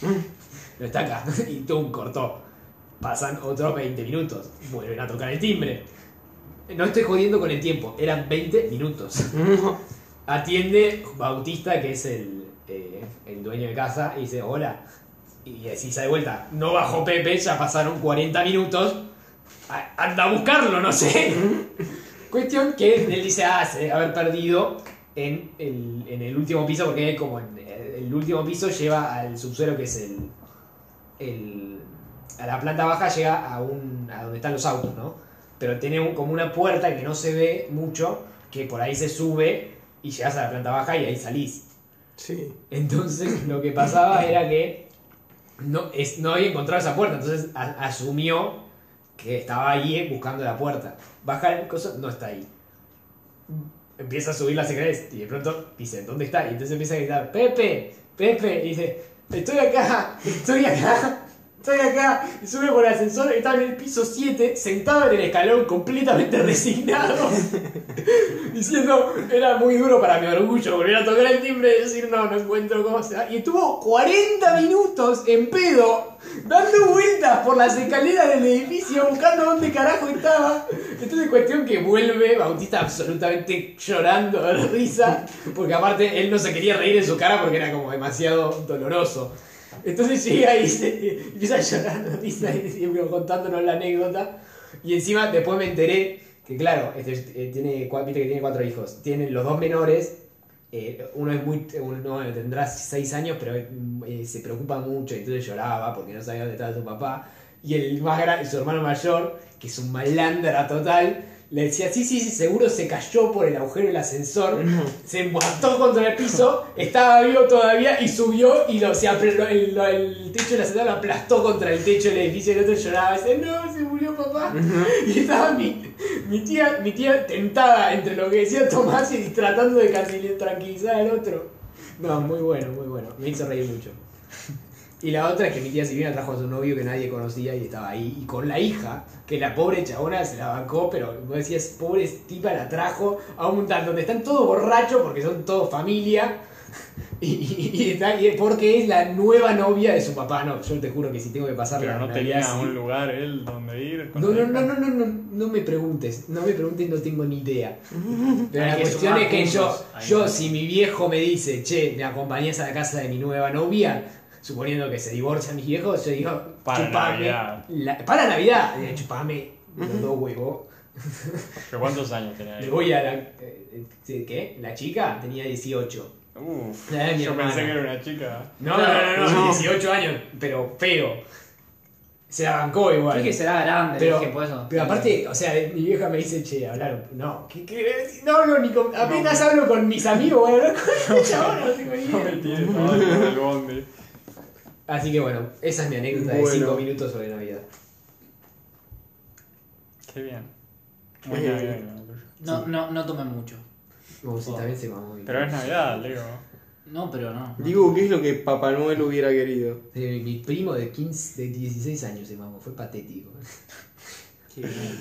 Speaker 1: [laughs] no está acá. [laughs] y tú cortó. Pasan otros 20 minutos. Vuelven a tocar el timbre. No estoy jodiendo con el tiempo, eran 20 minutos. Atiende Bautista, que es el, eh, el dueño de casa, y dice, hola. Y decís de vuelta, no bajó Pepe, ya pasaron 40 minutos. A- Anda a buscarlo, no sé. Cuestión que él dice, ah, se debe haber perdido en el, en el último piso, porque como en el último piso lleva al subsuelo que es el... el a la planta baja llega a, un, a donde están los autos, ¿no? Pero tiene un- como una puerta que no se ve mucho, que por ahí se sube y llegas a la planta baja y ahí salís.
Speaker 2: Sí.
Speaker 1: Entonces lo que pasaba era que no, es, no había encontrado esa puerta, entonces a- asumió que estaba ahí buscando la puerta. Baja el coso, no está ahí. Empieza a subir las escaleras y de pronto dice, ¿dónde está? Y entonces empieza a gritar, Pepe, Pepe, y dice, estoy acá, estoy acá. Estoy acá, y sube por el ascensor, está en el piso 7, sentado en el escalón, completamente resignado [laughs] diciendo era muy duro para mi orgullo volver a tocar el timbre y decir no, no encuentro cómo se da. Y estuvo 40 minutos en pedo dando vueltas por las escaleras del edificio buscando dónde carajo estaba. Entonces cuestión que vuelve Bautista absolutamente llorando de risa porque aparte él no se quería reír en su cara porque era como demasiado doloroso. Entonces llega y, se, y empieza a llorar de risa y siempre contándonos la anécdota. [laughs] Y encima después me enteré que claro, este, eh, tiene, cua- viste que tiene cuatro hijos. Tienen los dos menores. eh, uno es muy uno tendrá seis años, pero eh, se preocupa mucho, entonces lloraba porque no sabía dónde estaba su papá. Y el más grande, su hermano mayor, que es un malandra total, le decía, sí, sí, sí, seguro se cayó por el agujero del ascensor, se empató contra el piso, estaba vivo todavía y subió y lo, se apre- lo- el, lo- el techo del ascensor lo aplastó contra el techo del edificio y el otro lloraba, dice, no, se murió papá. [laughs] Y estaba mi, mi tía, mi tía tentada entre lo que decía Tomás y tratando de cancel- tranquilizar al otro. No, muy bueno, muy bueno. Me hizo reír mucho. Y la otra es que mi tía Silvina trajo a su novio que nadie conocía y estaba ahí. Y con la hija, que la pobre chabona se la bancó, pero vos decías, pobre tipa la trajo a un montón donde están todos borrachos porque son todos familia. [laughs] Y, y- y está- y es porque es la nueva novia de su papá. No, yo te juro que si tengo que pasar
Speaker 3: Pero
Speaker 1: la
Speaker 3: no
Speaker 1: Navidad
Speaker 3: tenía
Speaker 1: así-
Speaker 3: un lugar él donde ir. con
Speaker 1: no, no,
Speaker 3: la hija.
Speaker 1: no, no, no, no, no me preguntes, no me preguntes, no tengo ni
Speaker 4: [laughs]
Speaker 1: idea. Pero
Speaker 4: Hay
Speaker 1: la
Speaker 4: que
Speaker 1: cuestión
Speaker 4: sumar
Speaker 1: es que yo,
Speaker 4: puntos. Hay
Speaker 1: yo
Speaker 4: que-
Speaker 1: si mi viejo me dice, che, me acompañás a la casa de mi nueva novia, suponiendo que se divorcian mis viejos, yo digo,
Speaker 3: Para
Speaker 1: chupame.
Speaker 3: Navidad.
Speaker 1: la- para Navidad, eh, chupame los dos huevos.
Speaker 3: ¿Pero ¿Cuántos años tenía ahí?
Speaker 1: Le voy a la. eh, eh, ¿Qué? ¿La chica? Tenía 18.
Speaker 3: Uf,
Speaker 1: La de mi
Speaker 3: yo
Speaker 1: hermana.
Speaker 3: pensé que era
Speaker 1: [laughs]
Speaker 3: una chica.
Speaker 1: No, no, no, no,
Speaker 2: No.
Speaker 1: 18 años, pero feo. Se la bancó igual.
Speaker 4: Creo que será grande,
Speaker 1: Pero-
Speaker 4: dije, por eso.
Speaker 1: Pero aparte, o sea, mi vieja me dice, che, hablar. No, ¿qué, qué- no hablo ni con. Apenas hablo con mis amigos, voy a hablar con
Speaker 3: [laughs]
Speaker 1: este chabón, no tengo ni
Speaker 3: No me
Speaker 1: idea.
Speaker 3: tiene todo el bondi.
Speaker 1: Así que bueno, esa es mi anécdota de
Speaker 2: Bueno.
Speaker 1: 5 minutos sobre Navidad.
Speaker 3: Qué bien. Muy
Speaker 2: Qué
Speaker 1: Eh,
Speaker 3: navideño,
Speaker 2: bien.
Speaker 3: lo tuyo.
Speaker 4: No, no, no tomé mucho.
Speaker 1: Como si también se mamó. mi-
Speaker 3: Oh. Pero es Navidad, digo.
Speaker 4: No, pero no. no.
Speaker 2: Digo, ¿qué es lo que Papá Noel hubiera querido?
Speaker 1: de mi primo de 15, de 16 años se mamó, fue patético. [laughs]
Speaker 4: Qué bien.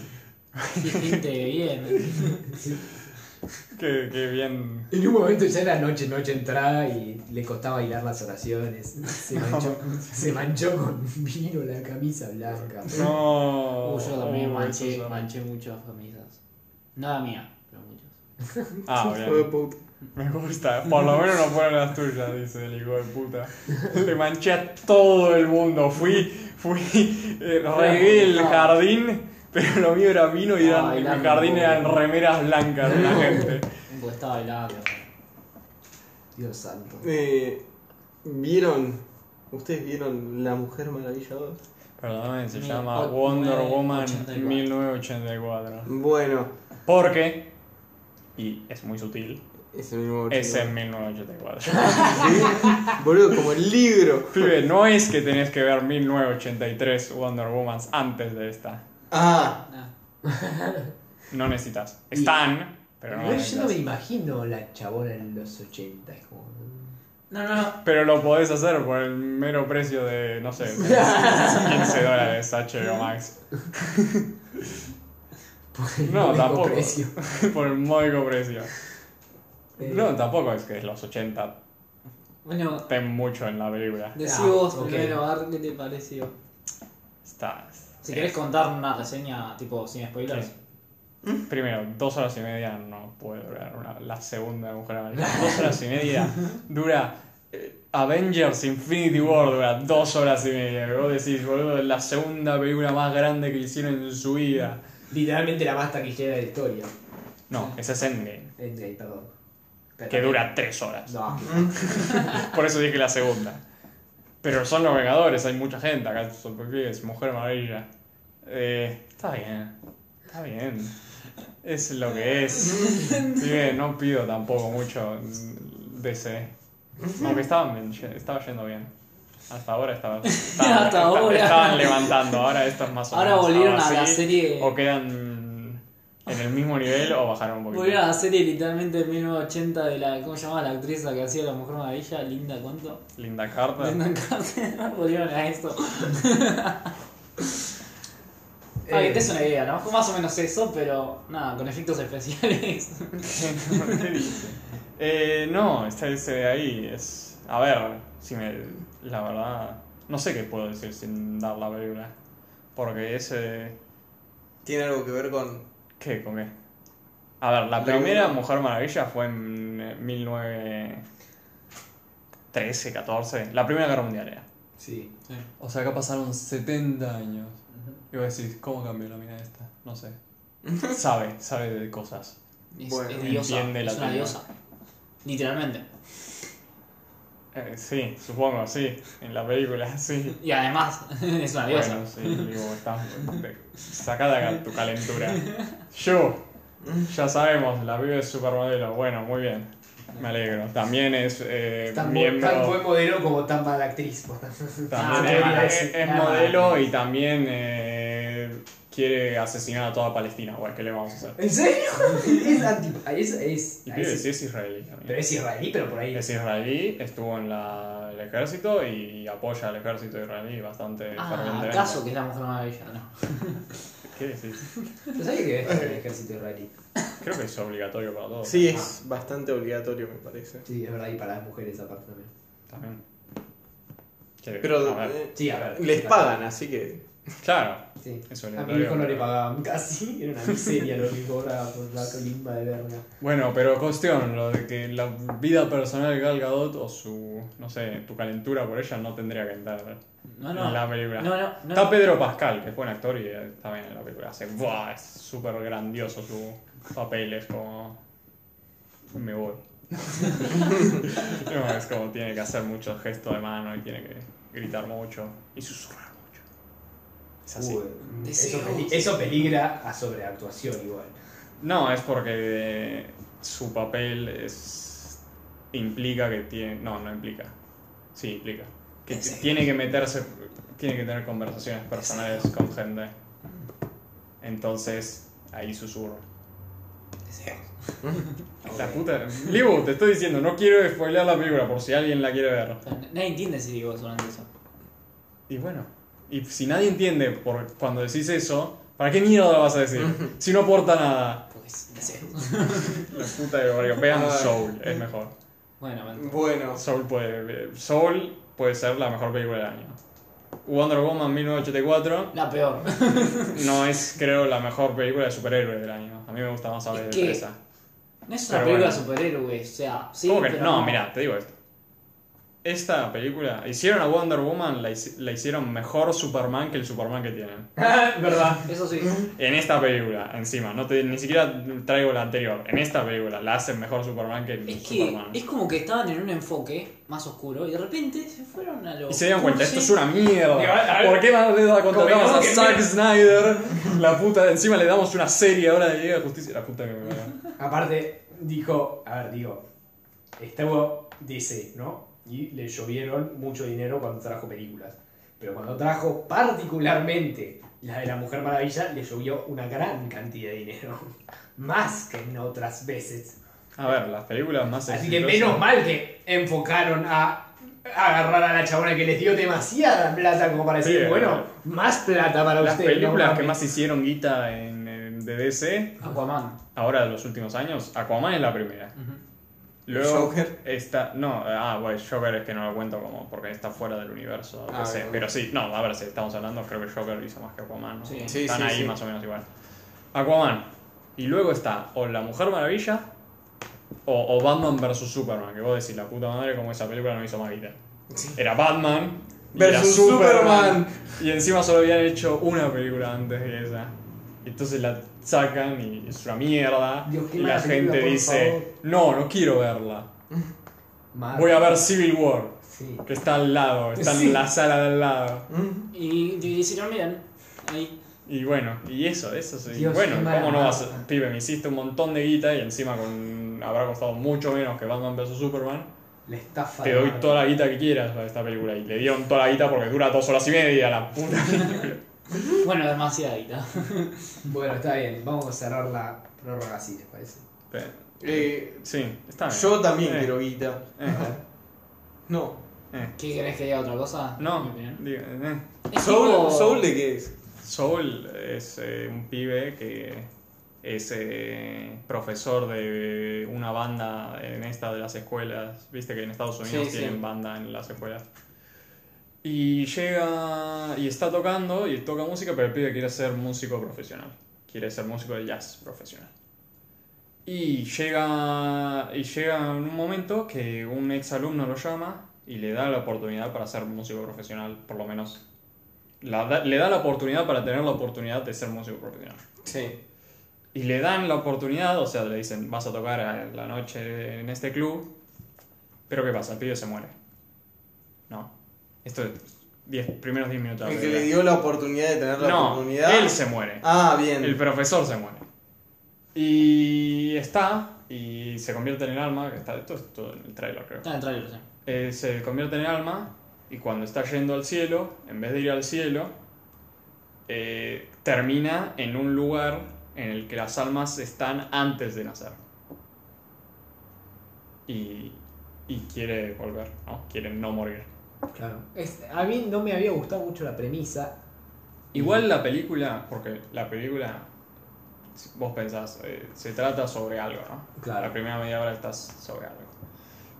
Speaker 4: Sí, gente bien.
Speaker 3: Qué, qué bien.
Speaker 1: En un momento ya era noche, noche entrada y le costaba bailar las
Speaker 3: [laughs]
Speaker 1: oraciones. Se manchó, se manchó con vino la camisa blanca.
Speaker 3: No.
Speaker 4: Uh, yo también
Speaker 3: Uh,
Speaker 4: manché,
Speaker 3: eso es-
Speaker 4: manché muchas camisas. Nada mía, pero muchas.
Speaker 3: Ah,
Speaker 2: Hijo de
Speaker 3: bien.
Speaker 2: puta.
Speaker 3: Me gusta. Por lo menos no fueron las tuyas, dice el hijo de puta. Le manché a todo el mundo. Fui, fui, eh, regué el jardín, pero lo mío era vino y eran,
Speaker 4: Ah,
Speaker 3: en mi
Speaker 4: bailando. [laughs]
Speaker 3: jardín eran remeras blancas de la gente.
Speaker 4: Porque estaba helado.
Speaker 1: Dios santo.
Speaker 2: Eh, ¿Vieron? ¿Ustedes vieron La Mujer Maravilla 2?
Speaker 3: Perdóname, se
Speaker 4: Mil-
Speaker 3: llama
Speaker 4: o-
Speaker 3: Wonder
Speaker 4: nueve-
Speaker 3: Woman
Speaker 4: 84.
Speaker 3: 1984.
Speaker 2: Bueno,
Speaker 3: Porque, y es muy sutil,
Speaker 2: es el mismo.
Speaker 3: es
Speaker 2: chico.
Speaker 3: en 1984.
Speaker 2: Boludo, como el libro.
Speaker 3: Pibe, no es que tenés que ver 1983 Wonder Woman antes de esta.
Speaker 2: Ah,
Speaker 4: Nah.
Speaker 3: No necesitas. Están, pero no
Speaker 6: Igual yo no me
Speaker 3: necesitas.
Speaker 6: imagino la chabona en los 80. Es como.
Speaker 5: No, no, no.
Speaker 3: Pero lo podés hacer por el mero precio de, no sé, 15 dólares HBO Max. No,
Speaker 6: Único
Speaker 3: tampoco.
Speaker 6: precio.
Speaker 3: [laughs] Por el módico precio.
Speaker 6: Eh.
Speaker 3: No, tampoco es que los 80
Speaker 4: Bueno,
Speaker 3: ten mucho en la película.
Speaker 4: decí
Speaker 6: Ah,
Speaker 4: vos
Speaker 6: ok.
Speaker 4: primero, a ver qué te pareció.
Speaker 3: Está.
Speaker 4: Si
Speaker 3: eh,
Speaker 4: querés contar una reseña tipo sin spoilers.
Speaker 3: Sí. Primero, dos horas y media no puede durar una- la segunda Mujer Maravilla. Dos horas y media dura. eh, Avengers Infinity War dura dos horas y media. Y Vos decís, boludo, es la segunda película más grande que hicieron en su vida.
Speaker 6: Literalmente la más taquillera de la historia.
Speaker 3: No, esa es Endgame,
Speaker 6: Endgame, perdón. Pero-
Speaker 3: que dura tres horas.
Speaker 6: No.
Speaker 3: Por eso dije la segunda. Pero son los Vengadores, hay mucha gente acá. Son pibes, Mujer Maravilla. Eh, está bien, está bien. Es lo que es. Bien, no pido tampoco mucho mm, DC. Aunque estaban bien, estaba yendo bien. Hasta ahora
Speaker 4: [laughs]
Speaker 3: estaba. estaban-
Speaker 4: Hasta
Speaker 3: esta-
Speaker 4: ahora.
Speaker 3: Estaban levantando, ahora esto es más o
Speaker 4: Ahora
Speaker 3: menos.
Speaker 4: volvieron a la
Speaker 3: sí,
Speaker 4: serie-
Speaker 3: O quedan en el mismo nivel o bajaron un poquito.
Speaker 4: Volvieron a la serie literalmente de 1980 de la. ¿Cómo se llamaba la actriz la que hacía la mujer maravilla? Linda, ¿cuánto?
Speaker 5: [laughs]
Speaker 3: Linda carta.
Speaker 4: Linda Carter. Volvieron a esto.
Speaker 6: Eh,
Speaker 5: Ah,
Speaker 6: Ah,
Speaker 4: Para que te des una idea, ¿no? Fue más o menos eso, pero nada, con efectos especiales.
Speaker 3: [laughs] ¿Qué dice? Eh, no, está ese de ahí. Es. A ver, si me. La verdad. No sé qué puedo decir sin dar la película. Porque ese.
Speaker 2: tiene algo que ver con.
Speaker 3: ¿Qué? ¿Con qué? A ver, la
Speaker 2: La
Speaker 3: primera
Speaker 2: una.
Speaker 3: Mujer Maravilla fue en eh, 1913, 14. La primera guerra mundial era.
Speaker 6: Sí.
Speaker 3: O sea, acá pasaron 70 años. Y vos decís, ¿cómo cambió la mina esta? No sé. [laughs] sabe, sabe de cosas.
Speaker 4: Es,
Speaker 2: Bueno,
Speaker 4: es diosa.
Speaker 3: entiende la
Speaker 4: Es una
Speaker 3: teoría.
Speaker 4: diosa. Literalmente.
Speaker 3: Eh, sí, supongo, sí. En la película, [laughs] sí.
Speaker 4: Y además, [laughs] es una diosa.
Speaker 3: Bueno, sí, digo, está, sacá de acá tu calentura. Yo, ya sabemos, la piba es supermodelo. Bueno, muy bien. Me alegro. También es eh,
Speaker 6: Tan, bu- tan buen
Speaker 3: miembro.
Speaker 6: modelo como tan mala actriz.
Speaker 4: Ah,
Speaker 3: También
Speaker 4: qué
Speaker 3: es, es- es
Speaker 4: mal.
Speaker 3: modelo y también eh, quiere asesinar a toda Palestina. Bueno, ¿qué le vamos a hacer?
Speaker 6: [laughs] ¿En serio? [laughs] es anti. Es, es,
Speaker 3: Y
Speaker 6: ahí
Speaker 3: pibe,
Speaker 6: sí.
Speaker 3: sí es israelí. amigo.
Speaker 6: Pero es israelí, pero por ahí.
Speaker 3: Es israelí, estuvo en la- el ejército y apoya al ejército israelí bastante
Speaker 4: Ah,
Speaker 3: fervientemente.
Speaker 4: ¿acaso que es la mujer maravilla? No.
Speaker 3: ¿Qué decís?
Speaker 6: ¿No sabía que era
Speaker 3: [laughs]
Speaker 6: el ejército israelí?
Speaker 3: Creo que es obligatorio para todos.
Speaker 2: Sí, es bastante obligatorio, me parece.
Speaker 6: Sí, es verdad, y para las mujeres aparte también.
Speaker 3: También. Que-
Speaker 2: Pero
Speaker 3: a ver,
Speaker 2: eh,
Speaker 6: Sí, a ver.
Speaker 2: les
Speaker 6: sí,
Speaker 2: pagan, así que.
Speaker 3: Claro,
Speaker 6: Sí.
Speaker 3: es
Speaker 6: A mi
Speaker 3: obligatorio.
Speaker 6: hijo no le pagaban [laughs] casi, era una miseria lo que cobraba por la colimba de verga.
Speaker 3: Bueno, pero cuestión, lo de que la vida personal de Gal Gadot o su, no sé, tu calentura por ella no tendría que entrar
Speaker 4: No, no.
Speaker 3: en la película.
Speaker 4: No, no, no.
Speaker 3: Está Pedro Pascal, que fue un actor y eh, está bien en la película. Hace, ¡buah! Es súper grandioso su papel, es como... Me [laughs] voy. No, es como tiene que hacer muchos gestos de mano y tiene que gritar mucho y susurrar mucho. Es así.
Speaker 6: Uy, Mm, eso,
Speaker 4: Deseos.
Speaker 6: peli- eso peligra a sobreactuación [laughs] igual.
Speaker 3: No, es porque eh, su papel es implica que tiene, no, no implica. Sí, implica que t- tiene que meterse, tiene que tener conversaciones personales con gente. Entonces, ahí susurro. La puta, Libu, te estoy diciendo, no quiero spoilear la película por si alguien la quiere ver.
Speaker 4: Pero Nadie entiende si digo solamente eso.
Speaker 3: Y bueno, y si nadie entiende por cuando decís eso, ¿para qué mierda la vas a decir? Si no aporta nada.
Speaker 4: Porque es deseo.
Speaker 3: La puta de barrio, vean
Speaker 2: Ah.
Speaker 3: Soul, es mejor.
Speaker 4: Bueno, bueno.
Speaker 2: Bueno,
Speaker 3: Soul puede, Soul puede ser la mejor película del año. Wonder Woman
Speaker 4: [laughs]
Speaker 3: 1984
Speaker 4: La peor.
Speaker 3: no es, creo, la mejor película de superhéroes del año. A mí me gusta más hablar
Speaker 4: Es
Speaker 3: de
Speaker 4: que-
Speaker 3: esa.
Speaker 4: No es una
Speaker 3: Pero
Speaker 4: película
Speaker 3: bueno.
Speaker 4: de superhéroes, o sea, sí.
Speaker 3: ¿Cómo que
Speaker 4: pero
Speaker 3: no? Mira, te digo esto. esta película, hicieron a Wonder Woman, la, hici- la hicieron mejor Superman que el Superman que tienen.
Speaker 6: Verdad.
Speaker 5: Eso sí.
Speaker 3: En esta película, encima, no te, ni siquiera traigo la anterior. En esta película la hacen mejor Superman que el
Speaker 4: Es que
Speaker 3: Superman.
Speaker 4: es como que estaban en un enfoque más oscuro y de repente se fueron a los.
Speaker 3: Y se dieron cuenta, esto
Speaker 4: cursis.
Speaker 3: es una
Speaker 6: Digo, a
Speaker 3: mierda.
Speaker 6: ver,
Speaker 3: ¿Por qué más le contratamos
Speaker 6: convengamos
Speaker 3: a
Speaker 6: que-
Speaker 3: Zack Snyder? La puta, de encima le damos una serie ahora de Liga de Justicia. La puta que me parió.
Speaker 6: Aparte, dijo, a ver, digo, estuvo DC, ¿no? Y le llovieron mucho dinero cuando trajo películas. Pero cuando trajo particularmente la de la Mujer Maravilla, le llovió una gran cantidad de dinero. [laughs] Más que en otras veces.
Speaker 3: A ver, las películas más
Speaker 6: Así que
Speaker 3: exitosas-
Speaker 6: menos mal que enfocaron a agarrar a la chabona que les dio demasiada plata como para decir,
Speaker 3: Sí, eh,
Speaker 6: bueno, más plata para
Speaker 3: Las
Speaker 6: ustedes. ¿no?
Speaker 3: películas que
Speaker 6: Mami.
Speaker 3: más hicieron guita en, en- de DC,
Speaker 4: Aquaman.
Speaker 3: ahora de los últimos años, Aquaman es la primera. Luego
Speaker 2: Joker.
Speaker 3: está. No, ah, bueno, Joker es que no lo cuento como porque está fuera del universo.
Speaker 2: Ah,
Speaker 3: DC,
Speaker 2: bueno.
Speaker 3: Pero sí, no, a ver, si estamos hablando, creo que Joker hizo más que Aquaman. ¿no?
Speaker 4: Sí.
Speaker 2: Sí,
Speaker 3: Están
Speaker 2: sí,
Speaker 3: ahí
Speaker 2: sí.
Speaker 3: más o menos igual. Aquaman. Y luego está o La Mujer Maravilla o, o Batman vs Superman. Que vos decís, la puta madre, como esa película no hizo más guita. Era Batman y
Speaker 2: Versus
Speaker 3: era Superman.
Speaker 2: Superman.
Speaker 3: Y encima solo habían hecho una película antes de esa. Entonces la sacan y es una mierda.
Speaker 6: Dios, qué
Speaker 3: y la
Speaker 6: mala película,
Speaker 3: gente
Speaker 6: por
Speaker 3: dice, no, no quiero verla.
Speaker 6: Madre.
Speaker 3: Voy a ver Civil War,
Speaker 6: Sí.
Speaker 3: que está al lado, está en la sala de al lado.
Speaker 2: ¿Mm?
Speaker 4: Y, y hicieron, miren, ahí.
Speaker 3: Y bueno, y eso, eso sí.
Speaker 6: Dios,
Speaker 3: bueno,
Speaker 6: qué mala
Speaker 3: ¿cómo no
Speaker 6: mala.
Speaker 3: vas a- Pibe, me hiciste un montón de guita y encima con, habrá costado mucho menos que Batman vs Superman.
Speaker 6: La estafa.
Speaker 3: Te
Speaker 6: de
Speaker 3: doy
Speaker 6: Marvel.
Speaker 3: toda la guita que quieras a esta película. Y le dieron toda la guita porque dura dos horas y media la puta. [laughs]
Speaker 4: Bueno, demasiada guita.
Speaker 6: Bueno, está bien, vamos a cerrar la prórroga así, ¿les parece?
Speaker 2: Eh,
Speaker 3: sí, está bien.
Speaker 2: yo también
Speaker 3: Eh,
Speaker 2: quiero guita.
Speaker 3: eh,
Speaker 2: No.
Speaker 3: eh.
Speaker 4: ¿Qué querés que diga otra cosa?
Speaker 3: No,
Speaker 4: Mi opinión.
Speaker 3: digo, eh.
Speaker 4: Es tipo-
Speaker 2: ¿Soul, ¿Soul de qué es?
Speaker 3: Soul es eh, un pibe que es eh, profesor de una banda en esta de las escuelas. Viste que en Estados Unidos
Speaker 2: Sí, sí.
Speaker 3: tienen banda en las escuelas. Y llega y está tocando y toca música, pero el pibe quiere ser músico profesional. Quiere ser músico de jazz profesional. Y llega, y llega en un momento que un ex alumno lo llama y le da la oportunidad para ser músico profesional, por lo menos. La da- le da la oportunidad para tener la oportunidad de ser músico profesional.
Speaker 2: Sí.
Speaker 3: Y le dan la oportunidad, o sea, le dicen, vas a tocar a la noche en este club. Pero ¿qué pasa? El pibe se muere. No. Esto es diez, primeros 10 minutos. de la
Speaker 2: El que le
Speaker 3: película.
Speaker 2: dio la oportunidad de tener la
Speaker 3: No,
Speaker 2: oportunidad.
Speaker 3: él se muere.
Speaker 2: Ah, bien.
Speaker 3: El profesor se muere. Y está, y se convierte en el alma, que está, esto es todo en el trailer creo.
Speaker 4: Está en el trailer, sí.
Speaker 3: Eh, se convierte en el alma, y cuando está yendo al cielo, en vez de ir al cielo, eh, termina en un lugar en el que las almas están antes de nacer. Y, y quiere volver, ¿no? Quiere no morir.
Speaker 6: Claro.
Speaker 1: Es- a mí no me había gustado mucho la premisa.
Speaker 3: Igual la película, porque la película, si vos pensás, eh, se trata sobre algo, ¿no?
Speaker 6: Claro.
Speaker 3: La primera media hora estás sobre algo.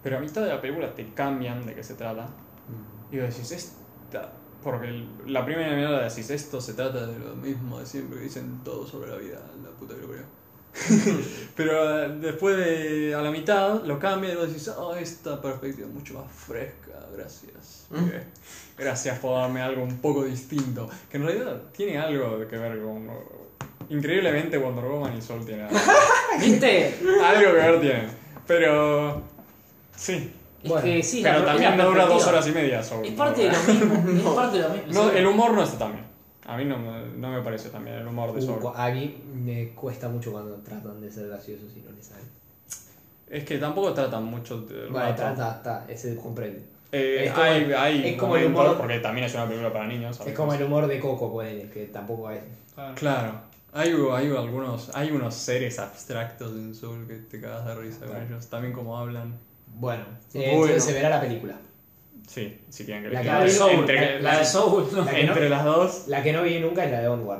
Speaker 3: Pero a mitad de la película te cambian de qué se trata. Y vos decís, esta. Porque el- la primera media hora decís, esto se trata de lo mismo de siempre que dicen todo sobre la vida, la puta que lo parió". Pero eh, después de. a la mitad lo cambia y vos decís, oh, esta perspectiva es mucho más fresca, gracias. pibe". Gracias por darme algo un poco distinto. Que en realidad tiene algo que ver con. Increíblemente Wonder Woman y Sol tienen algo,
Speaker 4: ¿Viste?
Speaker 3: Algo que ver tienen. Pero. Sí.
Speaker 4: Es
Speaker 1: Bueno,
Speaker 4: que sí,
Speaker 3: pero
Speaker 4: la-
Speaker 3: también
Speaker 4: es
Speaker 3: no
Speaker 4: la
Speaker 3: dura dos
Speaker 4: perspectiva.
Speaker 3: horas y media Soul.
Speaker 4: Es parte de lo mismo. Es parte de lo mismo.
Speaker 3: No,
Speaker 4: Sí.
Speaker 3: el humor no está tan bien. A mí no, me- no me pareció tan bien el humor de
Speaker 1: Uh,
Speaker 3: Soul.
Speaker 1: cu- a mí me cuesta mucho cuando tratan de ser graciosos y no les sale.
Speaker 3: Es que tampoco tratan mucho de
Speaker 1: Vale,
Speaker 3: rato.
Speaker 1: está, está, está, ese comprende.
Speaker 3: Eh,
Speaker 1: Es como
Speaker 3: hay,
Speaker 1: el-
Speaker 3: hay
Speaker 1: es como el
Speaker 3: momentos,
Speaker 1: humor-
Speaker 3: porque también es una película para niños.
Speaker 1: Es como el humor de Coco, ponele, que tampoco es.
Speaker 3: Claro. Hay, hay algunos hay unos seres abstractos en Soul que te cagas de risa con ellos. También como hablan.
Speaker 1: Bueno, eh,
Speaker 2: Bueno.
Speaker 1: entonces se verá la película.
Speaker 3: Sí, sí tienen que
Speaker 1: La
Speaker 3: ver.
Speaker 1: que- la de
Speaker 3: entre,
Speaker 4: La de Soul,
Speaker 3: [laughs]
Speaker 4: ¿no?
Speaker 1: La que, no,
Speaker 3: entre las dos
Speaker 1: la que no vi nunca es la de Onward.